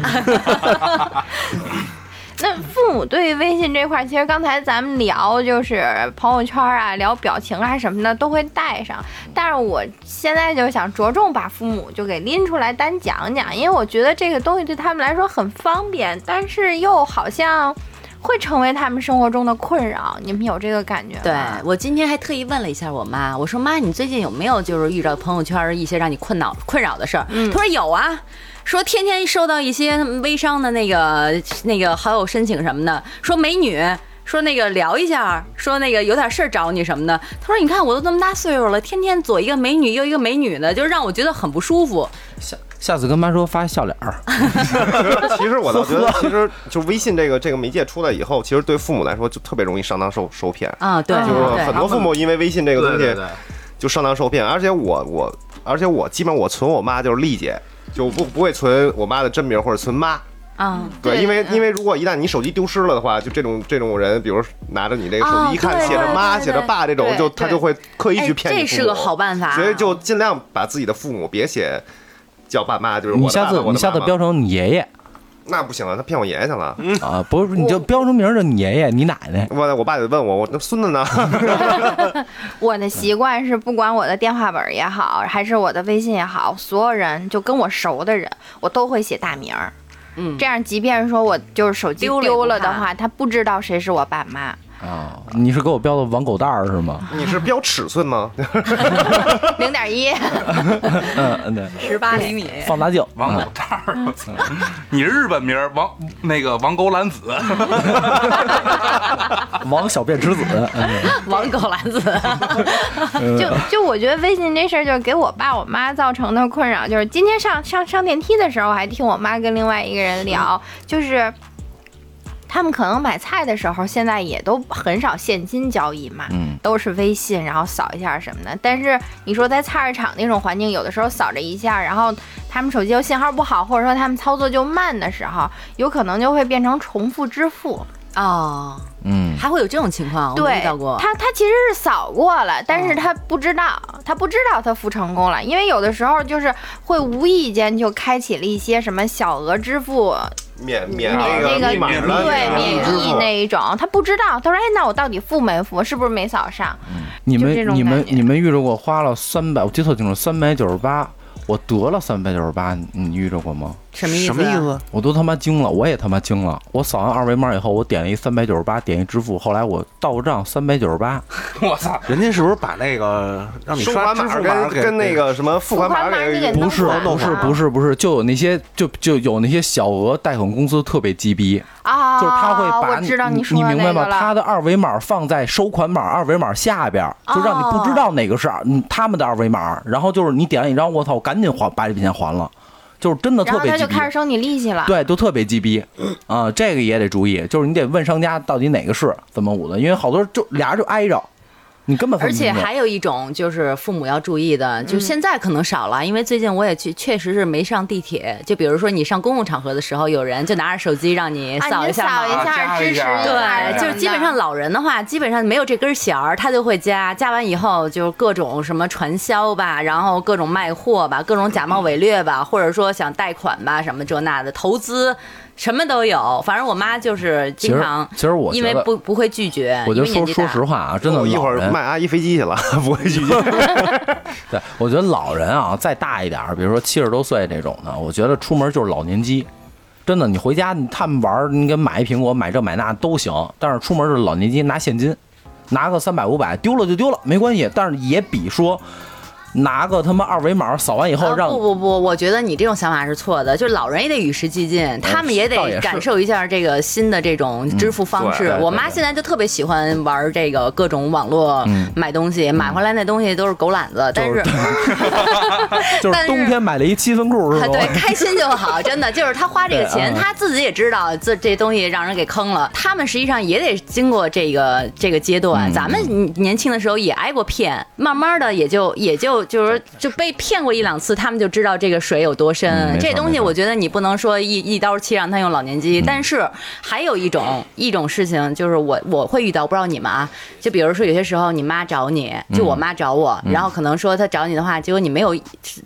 Speaker 1: 那父母对微信这块儿，其实刚才咱们聊就是朋友圈啊，聊表情啊什么的都会带上，但是我现在就想着重把父母就给拎出来单讲讲，因为我觉得这个东西对他们来说很方便，但是又好像会成为他们生活中的困扰。你们有这个感觉吗？
Speaker 3: 对
Speaker 5: 啊
Speaker 3: 我今天还特意问了一下我妈，我说妈，你最近有没有就是遇到朋友圈一些让你困扰困扰的事儿？
Speaker 5: 嗯
Speaker 3: 她说有啊。说天天收到一些微商的那个那个好友申请什么的，说美女，说那个聊一下，说那个有点事儿找你什么的。她说你看我都这么大岁数了，天天左一个美女右一个美女的，就让我觉得很不舒服。
Speaker 2: 下 下次跟妈说发笑脸儿，
Speaker 5: 其实 我倒觉得，其实就微信这个这个媒介出来以后，其实对父母来说就特别容易上当受受骗，
Speaker 3: 啊，对，
Speaker 5: 就是说很多父母因为微信这
Speaker 6: 对
Speaker 5: 个东
Speaker 6: 对
Speaker 5: 西
Speaker 6: 对，
Speaker 5: 就上当受骗，而且我我而且我基本上我存我妈就是丽姐，就不不会存我妈的真名或者存妈。
Speaker 3: 啊，
Speaker 5: 对，
Speaker 1: 对
Speaker 5: 因为
Speaker 1: 嗯
Speaker 5: 因为如果一旦你手机丢失了的话，就这种这种人，比如拿着你这个手
Speaker 3: 啊
Speaker 5: 机一看
Speaker 3: 对
Speaker 5: 写着妈、
Speaker 3: 对对
Speaker 5: 写着爸这种，
Speaker 1: 对
Speaker 5: 就他
Speaker 1: 对
Speaker 5: 就会刻意
Speaker 3: 哎
Speaker 5: 去，骗你。
Speaker 3: 这是个好，办法，啊
Speaker 5: 所以就尽量把自己的父母别写叫爸妈，就是我的
Speaker 2: 你下
Speaker 5: 爸
Speaker 2: 次
Speaker 5: 爸我的
Speaker 2: 你下次
Speaker 5: 妈妈
Speaker 2: 标成你爷爷
Speaker 5: 那不行啊，他骗我爷爷去了。
Speaker 2: 啊，不是你就标成名儿就你爷爷你奶奶。
Speaker 5: 我我爸就问我，我那孙子呢？
Speaker 1: 我的习惯是，不管我的电话本儿也好，还是我的微信也好，所有人就跟我熟的人，我都会写大名儿。
Speaker 3: 嗯
Speaker 1: 这样即便说我就是手机
Speaker 3: 丢了也不
Speaker 1: 丢了的
Speaker 3: 怕
Speaker 1: 话，他不知道谁是我爸妈。
Speaker 5: 哦
Speaker 2: 啊，你是给我标的王狗蛋儿是吗？
Speaker 5: 你是标尺寸吗？
Speaker 1: 零点一，
Speaker 2: 嗯嗯，对，
Speaker 3: 十八 厘米。
Speaker 2: 放大镜，
Speaker 6: 王
Speaker 2: 嗯
Speaker 6: 狗蛋儿，我操！
Speaker 3: 嗯
Speaker 6: 你日本名儿王那个王狗兰子，
Speaker 2: 王小便池子，嗯
Speaker 3: 王狗兰子，
Speaker 1: 就就我觉得微信这事儿，就是给我爸我妈造成的困扰，就是今天上上上电梯的时候，我还听我妈跟另外一个人聊，就是。他们可能买菜的时候，现在也都很少现金交易嘛，
Speaker 2: 嗯
Speaker 1: 都是微信，然后扫一下什么的。但是你说在菜市场那种环境，有的时候扫着一下，然后他们手机又信号不好，或者说他们操作就慢的时候，有可能就会变成重复支付。
Speaker 3: 哦，
Speaker 2: 嗯，
Speaker 3: 还会有这种情况，我没
Speaker 1: 对，
Speaker 3: 遇到过。
Speaker 1: 他他其实是扫过了，但
Speaker 5: 嗯
Speaker 1: 是他不知道，他不知道他付成功了，因为有的时候就是会无意间就开启了一些什么小额支付，
Speaker 5: 免免
Speaker 1: 免那
Speaker 5: 个密码
Speaker 1: 对
Speaker 5: 了，
Speaker 1: 免
Speaker 5: 支
Speaker 1: 疫
Speaker 5: 付
Speaker 1: 那一种，他不知道，他说哎，那我到底付没付？是不是没扫上？
Speaker 2: 你
Speaker 1: 就这
Speaker 2: 们
Speaker 1: 种
Speaker 2: 你们
Speaker 1: 感觉
Speaker 2: 你们遇着过花了三百，我记错清楚，三百九十八，我得了三百九十八，你你遇着过吗？
Speaker 3: 什么意思？啊
Speaker 4: 什么意？思？
Speaker 2: 我都他妈惊了，我也他妈惊了。我扫完二维码以后，我点了一三百九十八，点一支付，后来我到账三百九十八，
Speaker 6: 我操！
Speaker 4: 人家是不是把那个让你
Speaker 5: 收
Speaker 4: 刷
Speaker 5: 款
Speaker 4: 支
Speaker 5: 码
Speaker 4: 付码
Speaker 5: 跟
Speaker 4: 给
Speaker 5: 跟那个什么付款码
Speaker 1: 付款码
Speaker 5: 给
Speaker 1: 给
Speaker 2: 不是
Speaker 1: 弄
Speaker 2: 不
Speaker 1: 反
Speaker 2: 是
Speaker 1: 了
Speaker 2: 不是不是，就有那些就就有那些小额贷款公司特别鸡逼，
Speaker 1: 啊，
Speaker 2: 就是他会把
Speaker 1: 我知道
Speaker 2: 你
Speaker 1: 说的
Speaker 2: 明白
Speaker 1: 那
Speaker 2: 吗
Speaker 1: 个？
Speaker 2: 他
Speaker 1: 了，
Speaker 2: 的二维码放在收款码二维码下边儿，就让你不知
Speaker 1: 哦
Speaker 2: 道哪个是二嗯他们的二维码，然后就是你点了一张，我操，我赶紧还把这笔钱还了。就是真的
Speaker 1: 然
Speaker 2: 特
Speaker 1: 后
Speaker 2: 别
Speaker 1: 他
Speaker 2: 鸡
Speaker 1: 就
Speaker 2: 逼。
Speaker 1: 开始收你利息了。
Speaker 2: 对，都特别鸡逼啊、这个也得注意，就是你得问商家到底哪个是怎么捂的，因为好多人就俩人就挨着，你根本分
Speaker 3: 而
Speaker 2: 不清
Speaker 3: 且
Speaker 2: 楚
Speaker 3: 还有一种就是父母要注意的，
Speaker 1: 嗯
Speaker 3: 就现在可能少了，因为最近我也去，确实是没上地铁。就比如说你上公共场合的时候，有人就拿着手机让你
Speaker 1: 啊，
Speaker 3: 扫
Speaker 1: 你
Speaker 3: 一下
Speaker 1: 扫
Speaker 3: 码
Speaker 1: 一下，
Speaker 6: 加
Speaker 1: 支
Speaker 6: 一
Speaker 1: 持下
Speaker 6: 下
Speaker 3: 对，就是基本上老人的话，基本上没有这根弦儿，他就会加，加完以后就是各种什么传销吧，然后各种卖货吧，各种假冒伪劣 吧，或者说想贷款吧，什么这那的，投资什么都有。反正我妈就是
Speaker 2: 其
Speaker 3: 经
Speaker 2: 实
Speaker 3: 常，
Speaker 2: 其实我觉
Speaker 3: 因为
Speaker 2: 得
Speaker 3: 不不会拒绝，
Speaker 2: 我觉得
Speaker 3: 因为年
Speaker 2: 说
Speaker 3: 纪
Speaker 2: 说
Speaker 3: 大
Speaker 2: 实话啊，真的
Speaker 5: 哦我一会
Speaker 2: 老
Speaker 5: 儿
Speaker 2: 人
Speaker 5: 卖阿姨飞机去了， 不会去。
Speaker 2: 对，我觉得老人啊，再大一点儿，比如说七十多岁这种的，我觉得出门就是老年机。真的，你回家你他们玩儿，你给买一苹果，买这买那都行，但是出门就是老年机，拿现金，拿个三百五百，丢了就丢了，没关系。但是也比说拿个他妈二维码扫完以后
Speaker 3: 啊
Speaker 2: 让、
Speaker 3: 不不不，我觉得你这种想法是错的，就是老人也得与时俱进，他们也
Speaker 2: 嗯倒也
Speaker 3: 得
Speaker 2: 是
Speaker 3: 感受一下这个新的这种支付方
Speaker 2: 对
Speaker 3: 式。
Speaker 2: 对对嗯
Speaker 3: 我妈现在就特别喜欢玩这个各种网络买东西，买回来那东西都是狗懒子，但是。
Speaker 2: 就是
Speaker 3: 但
Speaker 2: 冬
Speaker 3: 是
Speaker 2: 天买了一七分裤是
Speaker 3: 啊
Speaker 2: 吧？
Speaker 3: 对，开心就好，真的就是他花这个
Speaker 2: 对
Speaker 3: 钱，
Speaker 2: 嗯
Speaker 3: 他自己也知道这这东西让人给坑了。他们实际上也得经过这个这个阶
Speaker 2: 嗯
Speaker 3: 段，咱们年轻的时候也挨过骗，慢慢的也就也就就是就被骗过一两次，他们就知道这个水有多深。
Speaker 2: 嗯没错
Speaker 3: 这东
Speaker 2: 没
Speaker 3: 西
Speaker 2: 错嗯
Speaker 3: 我觉得你不能说一一刀切让他用老年机，但是还有一种一种事情就是我我会遇到，不知道你们啊，就比如说有些时候你妈找你，就
Speaker 2: 嗯
Speaker 3: 我妈找我，然后可能说她找你的话，结果你没有，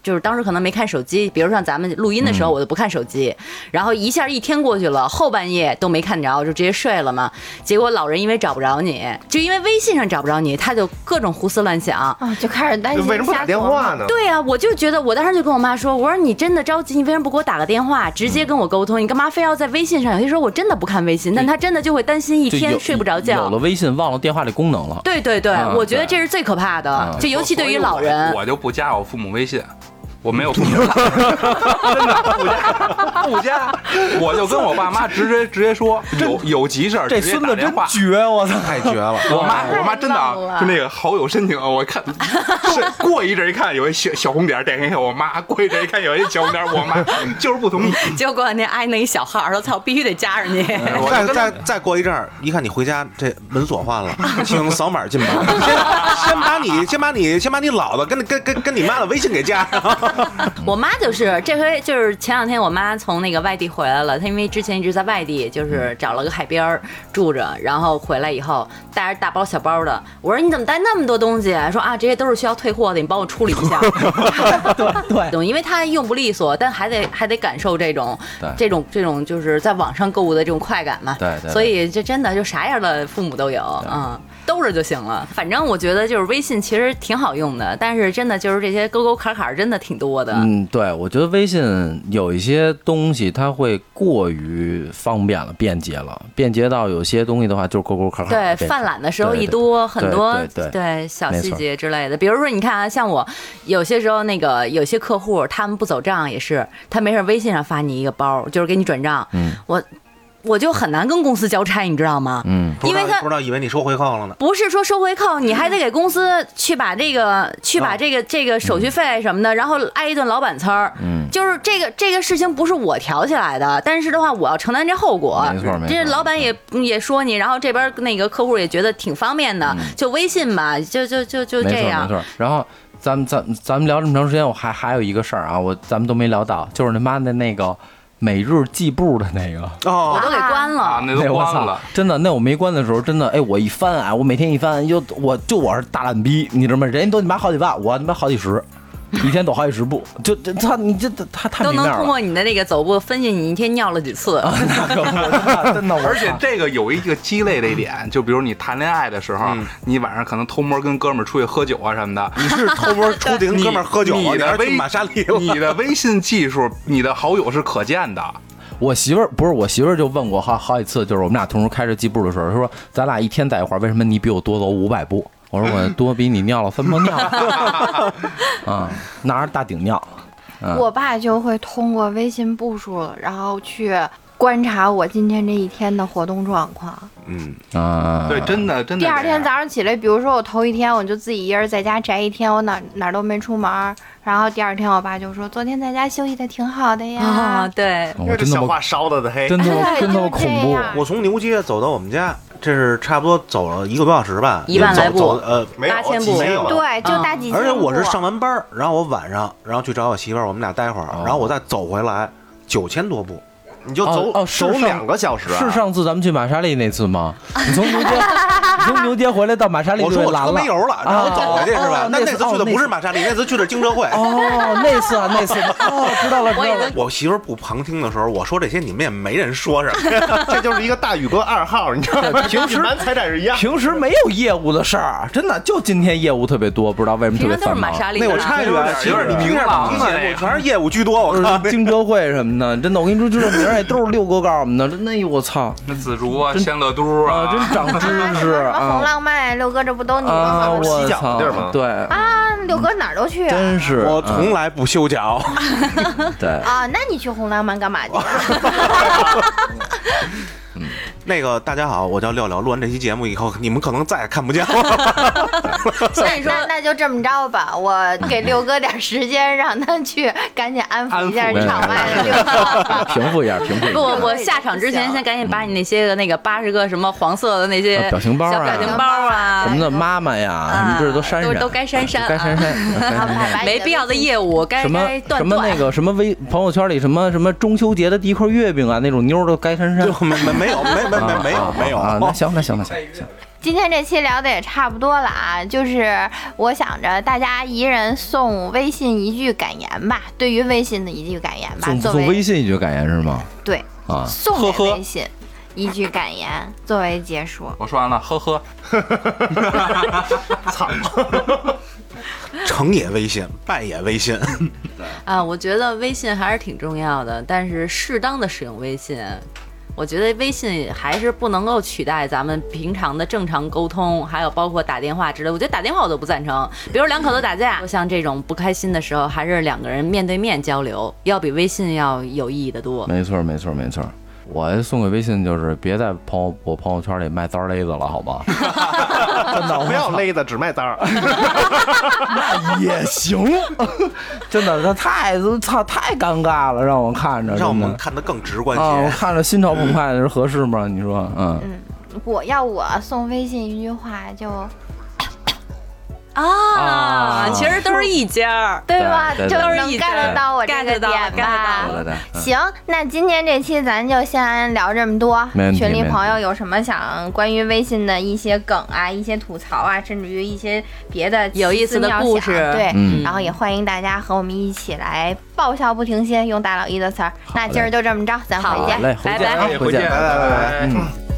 Speaker 3: 就是当时可能没看手机，比如像咱们录音的
Speaker 2: 嗯
Speaker 3: 时候，我就不看手机，然后一下一天过去了，后半夜都没看着，就直接睡了嘛。结果老人因为找不着你，就因为微信上找不着你，他就各种胡思乱想。
Speaker 1: 啊，就开始担心。
Speaker 5: 为什么不打电话？呢？
Speaker 3: 对啊，我就觉得，我当时就跟我妈说，我说你真的着急，你为什么不给我打个电话，直接跟我沟通？你干嘛非要在微信上？有些时候我真的不看微信，但他真的就会担心一
Speaker 2: 就有
Speaker 3: 天睡不着
Speaker 2: 有
Speaker 3: 觉
Speaker 2: 了。微信忘了电话这功能了。
Speaker 3: 对对对，
Speaker 2: 啊
Speaker 3: 我觉得
Speaker 2: 对
Speaker 3: 这是最可怕的
Speaker 2: 啊，
Speaker 3: 就尤其对于老人
Speaker 6: 所以。我，我就不加我父母微信，我没有父母， 真的不加，不加，我就跟我爸妈直接直接说，有有急事儿
Speaker 2: 这
Speaker 6: 直接
Speaker 2: 孙
Speaker 6: 打
Speaker 2: 子
Speaker 6: 电
Speaker 2: 真
Speaker 6: 话。
Speaker 2: 绝，我 操！
Speaker 4: 太绝了。
Speaker 6: 我妈，
Speaker 1: 太
Speaker 6: 我妈真的啊
Speaker 1: 棒了
Speaker 6: 就那个好友申请，我看 是过一阵儿一看有一小小红点儿点开我妈， 过一阵儿一看有一小红点儿，我妈 就是不同意。
Speaker 3: 结果那挨哎那一小号，说操，必须得 加上你。
Speaker 6: 我
Speaker 4: 再
Speaker 6: 就跟
Speaker 4: 再再过一阵儿，一看你回家这门锁换了，请扫码进门。先先把你先把你先把你姥姥跟跟跟跟你妈的微信给加上。
Speaker 3: 我妈就是这回就是前两天我妈从那个外地回来了，她因为之前一直在外地，就是找了个海边儿住着，然后回来以后带着大包小包的。我说你怎么带那么多东西？说啊这些都是需要退货的，你帮我处理 一下。
Speaker 2: 对，
Speaker 3: 懂，因为她用不利索，但还得还得感受这种
Speaker 2: 对
Speaker 3: 这种这种就是在网上购物的这种快感嘛。
Speaker 2: 对对对
Speaker 3: 所以这真的就啥样的父母都有，嗯。兜着就行了，反正我觉得就是微信其实挺好用的，但是真的就是这些沟沟坎坎儿真的挺多的。
Speaker 2: 嗯，对，我觉得微信有一些东西它会过于方便了、便捷了，便捷到有些东西的话就是沟沟坎坎。
Speaker 3: 对，
Speaker 2: 便捷
Speaker 3: 犯懒的时候
Speaker 2: 啊对
Speaker 3: 一
Speaker 2: 对
Speaker 3: 多，很多
Speaker 2: 对对对
Speaker 3: 小
Speaker 2: 没
Speaker 3: 细
Speaker 2: 错
Speaker 3: 节之类的。比如说，你看啊，像我有些时候那个有些客户他们不走账也是，他没事儿微信上发你一个包，就是给你转账，
Speaker 2: 嗯
Speaker 3: 我我就很难跟公司交差，你知道吗？
Speaker 2: 嗯，
Speaker 3: 因为他
Speaker 4: 不知道以为你收回扣了呢。
Speaker 3: 不是说收回扣，你还
Speaker 2: 嗯
Speaker 3: 得给公司去把这个去
Speaker 2: 啊
Speaker 3: 把这个这个手续费什么的，然后挨一顿老板呲儿。嗯，就是这个这个事情不是我挑起来的，但是的话我要承担这后果。
Speaker 2: 没错没错
Speaker 3: 这老板也也说你，然后这边那个客户也觉得挺方便的，就微信吧，就就就就
Speaker 2: 嗯没
Speaker 3: 这
Speaker 2: 错没
Speaker 3: 样。
Speaker 2: 错。然后咱们咱们咱们聊这么长时间，我还还有一个事儿啊，我咱们都没聊到，就是他妈的那个每日计步的那个。
Speaker 3: 我
Speaker 4: 哦，
Speaker 3: 都给关了。
Speaker 6: 啊，那
Speaker 2: 那
Speaker 6: 都
Speaker 2: 哎我
Speaker 6: 关
Speaker 2: 操
Speaker 6: 了。，
Speaker 2: 真的，那我没关的时候，真的，哎，我一翻啊，我每天一翻，就我就我是大懒逼，你知道吗？人家都你妈好几万，我他妈好几十，一天走好几十步，就这他你这他太
Speaker 3: 都
Speaker 2: 没面
Speaker 3: 能
Speaker 2: 儿
Speaker 3: 通
Speaker 2: 了，
Speaker 3: 过你的那个走步分析你一天尿了几次，
Speaker 2: 真的，我
Speaker 6: 而且这个有一个鸡肋的一点，就比如你谈恋爱的时候，你晚上可能偷摸跟哥们儿出去喝酒啊什么的，
Speaker 4: 你是偷摸出去跟
Speaker 6: 你
Speaker 4: 哥们儿喝酒啊，
Speaker 6: 你
Speaker 4: 还
Speaker 6: 的
Speaker 4: 是
Speaker 6: 微
Speaker 4: 去玛莎丽了？
Speaker 6: 你的微信技术，你的好友是可见的。
Speaker 2: 我媳妇儿不是我媳妇儿就问过好好几次，就是我们俩同时开着计步的时候，她说咱俩一天在一块儿，为什么你比我多走五百步？我说我多比你尿了三 泡尿，啊，拿着大顶尿，
Speaker 1: 我爸就会通过微信步数，然后去观察我今天这一天的活动状况。
Speaker 4: 嗯，
Speaker 2: 啊，
Speaker 6: 对，真的真的
Speaker 1: 第
Speaker 6: 这样。
Speaker 1: 二天早上起来，比如说我头一天我就自己一人在家宅一天，我哪哪儿都没出门儿，然后第二天我爸就说：“昨天在家休息的挺好的呀。
Speaker 3: 啊， 对，
Speaker 2: 我真他妈
Speaker 5: 烧的的嘿
Speaker 2: 真他妈
Speaker 1: 对
Speaker 2: 真他妈
Speaker 1: 哎就是这
Speaker 2: 恐怖，
Speaker 1: 样
Speaker 4: 我从牛街走到我们家，这是差不多走了一个多小时吧，
Speaker 3: 一万来
Speaker 4: 也走
Speaker 3: 步
Speaker 4: 走呃，没有
Speaker 3: 八千步
Speaker 4: 没有，
Speaker 1: 对，就
Speaker 3: 嗯
Speaker 1: 大几千
Speaker 4: 而且我是
Speaker 1: 步
Speaker 4: 上完班儿，然后我晚上，然后去找我媳妇儿，我们俩待会儿，然后我再走回来，九千多步，
Speaker 5: 你就走
Speaker 2: 哦哦是
Speaker 5: 走
Speaker 2: 上
Speaker 5: 两个小时啊，
Speaker 2: 是上次咱们去玛莎丽那次吗？你从牛街，你从牛街回来到玛莎丽
Speaker 4: 我
Speaker 2: 就
Speaker 4: 说我
Speaker 2: 被拦
Speaker 4: 车
Speaker 2: 哎了，
Speaker 4: 没油了，然后我走回去是吧？
Speaker 2: 哦那
Speaker 4: 那那次去的不是
Speaker 2: 玛。
Speaker 4: 玛莎丽，那次去的是京浙会。
Speaker 2: 哦，那次啊，那次哦，知道了，知
Speaker 3: 我
Speaker 2: 道
Speaker 3: 已
Speaker 2: 了
Speaker 3: 经。
Speaker 4: 我媳妇儿不旁听的时候，我说这些你们也没人说什么，
Speaker 5: 这就是一个大宇哥二号，你知道吗？ 平时咱财产是一样的。
Speaker 2: 平时没有业务的事儿，真的就今天业务特别多，不知道为什么特
Speaker 3: 平
Speaker 2: 别
Speaker 3: 常都
Speaker 2: 繁
Speaker 3: 是
Speaker 2: 忙
Speaker 3: 玛。 莎丽
Speaker 4: 那
Speaker 3: 的
Speaker 4: 我
Speaker 3: 啦。
Speaker 4: 差远了。
Speaker 6: 有点
Speaker 4: 你听
Speaker 6: 明
Speaker 4: 着
Speaker 6: 朗
Speaker 4: 听
Speaker 6: 了
Speaker 4: 节
Speaker 6: 那
Speaker 4: 目
Speaker 6: 个
Speaker 4: 全是业务居多，我靠
Speaker 2: 呃，京浙会什么的，真的，我跟你说，就这名儿也都是遛狗稿什么的，真的，我操
Speaker 6: 那紫竹啊，香乐都
Speaker 2: 啊，
Speaker 6: 啊，
Speaker 2: 真长知识
Speaker 1: 什么红
Speaker 2: 啊
Speaker 1: 浪漫、六哥，这不都你
Speaker 2: 啊！
Speaker 1: 吗？
Speaker 2: 我
Speaker 5: 洗脚的地儿
Speaker 2: 操，
Speaker 5: 吗
Speaker 2: 对，
Speaker 1: 啊，六哥哪儿都去啊。
Speaker 2: 真是
Speaker 4: 我
Speaker 2: 啊
Speaker 4: 从来不修脚，
Speaker 2: 对
Speaker 1: 啊，那你去红浪漫干嘛去？
Speaker 4: 那个大家好，我叫廖廖。录完这期节目以后，你们可能再也看不见 我。
Speaker 1: 那那那就这么着吧，我给六哥点时间，让他去赶紧安抚一下
Speaker 6: 安
Speaker 2: 抚
Speaker 1: 场外的六哥。
Speaker 2: 平复一下，平复一
Speaker 3: 不，
Speaker 2: 下。
Speaker 3: 我下场之前先赶紧把你那些个那个八十个什么黄色的那些
Speaker 2: 啊表情包啊
Speaker 3: 小表情包啊
Speaker 2: 什么的妈妈呀，什么这都删
Speaker 3: 都
Speaker 2: 删，
Speaker 3: 都该删删啊
Speaker 2: 该删删，该 删删。
Speaker 1: 把你
Speaker 3: 没必要的业务该
Speaker 2: 什么
Speaker 3: 该断
Speaker 2: 什么那
Speaker 3: 断。
Speaker 2: 个什么微朋友圈里什么什么中秋节的第一块月饼啊，那种妞儿都该删删。
Speaker 4: 没没没有没没
Speaker 2: 啊
Speaker 4: 没没有
Speaker 2: 啊
Speaker 4: 没有
Speaker 2: 啊，那行那行那行行，
Speaker 1: 今天这期聊的也差不多了啊，就是我想着大家一人送微信一句感言吧，对于微信的一句感言吧，
Speaker 2: 送
Speaker 1: 作
Speaker 2: 送
Speaker 1: 为
Speaker 2: 微信一句感言是吗？
Speaker 1: 对
Speaker 2: 啊，
Speaker 1: 送给
Speaker 6: 呵呵
Speaker 1: 微信一句感言作为结束。
Speaker 6: 我说完了，呵呵，
Speaker 4: 成也微信，败也微信。
Speaker 3: 啊，我觉得微信还是挺重要的，但是适当的使用微信。我觉得微信还是不能够取代咱们平常的正常沟通，还有包括打电话之类。我觉得打电话我都不赞成，比如两口子打架，像这种不开心的时候，还是两个人面对面交流，要比微信要有意义的多。
Speaker 2: 没错没错没错。我送给微信就是别在朋友我朋友圈里卖脏勒子了，好吧？真的，
Speaker 5: 不
Speaker 2: 我
Speaker 5: 要勒的，只卖单儿。
Speaker 2: 也行，真的，他太操太尴尬了，让我看着，
Speaker 4: 让我
Speaker 2: 真
Speaker 4: 们
Speaker 2: 的
Speaker 4: 看得更直观
Speaker 2: 啊，我
Speaker 4: 些。
Speaker 2: 看着心潮澎湃的是合适吗？你说，嗯，
Speaker 1: 我要我送微信一句话就
Speaker 3: 啊，其实都是一家儿。
Speaker 1: 对吧？
Speaker 2: 对
Speaker 1: 就
Speaker 2: 对
Speaker 1: 能
Speaker 3: 对
Speaker 1: get 得到我这
Speaker 3: get
Speaker 1: 个
Speaker 3: 得到
Speaker 1: 点
Speaker 3: get
Speaker 1: 吧
Speaker 3: 得
Speaker 2: 对？对对，嗯
Speaker 1: 行，那今天这期咱就先聊这么多
Speaker 2: 没问。题
Speaker 1: 群里
Speaker 2: 没问
Speaker 1: 朋友有什么想关于微信的一些梗啊、一些吐槽啊，甚至于一些别的
Speaker 3: 有意思的
Speaker 1: 奇思妙
Speaker 3: 故
Speaker 1: 想
Speaker 3: 事
Speaker 1: 对，
Speaker 2: 嗯
Speaker 1: 然后也欢迎大家和我们一起来爆笑不停歇，用大老一的词儿。那
Speaker 2: 嘞
Speaker 1: 今儿就这么着，咱回
Speaker 3: 好
Speaker 1: 见。
Speaker 2: 嘞，回见啊，
Speaker 3: 拜
Speaker 6: 哎回见，
Speaker 2: 拜
Speaker 5: 拜拜
Speaker 6: 拜。
Speaker 2: 嗯。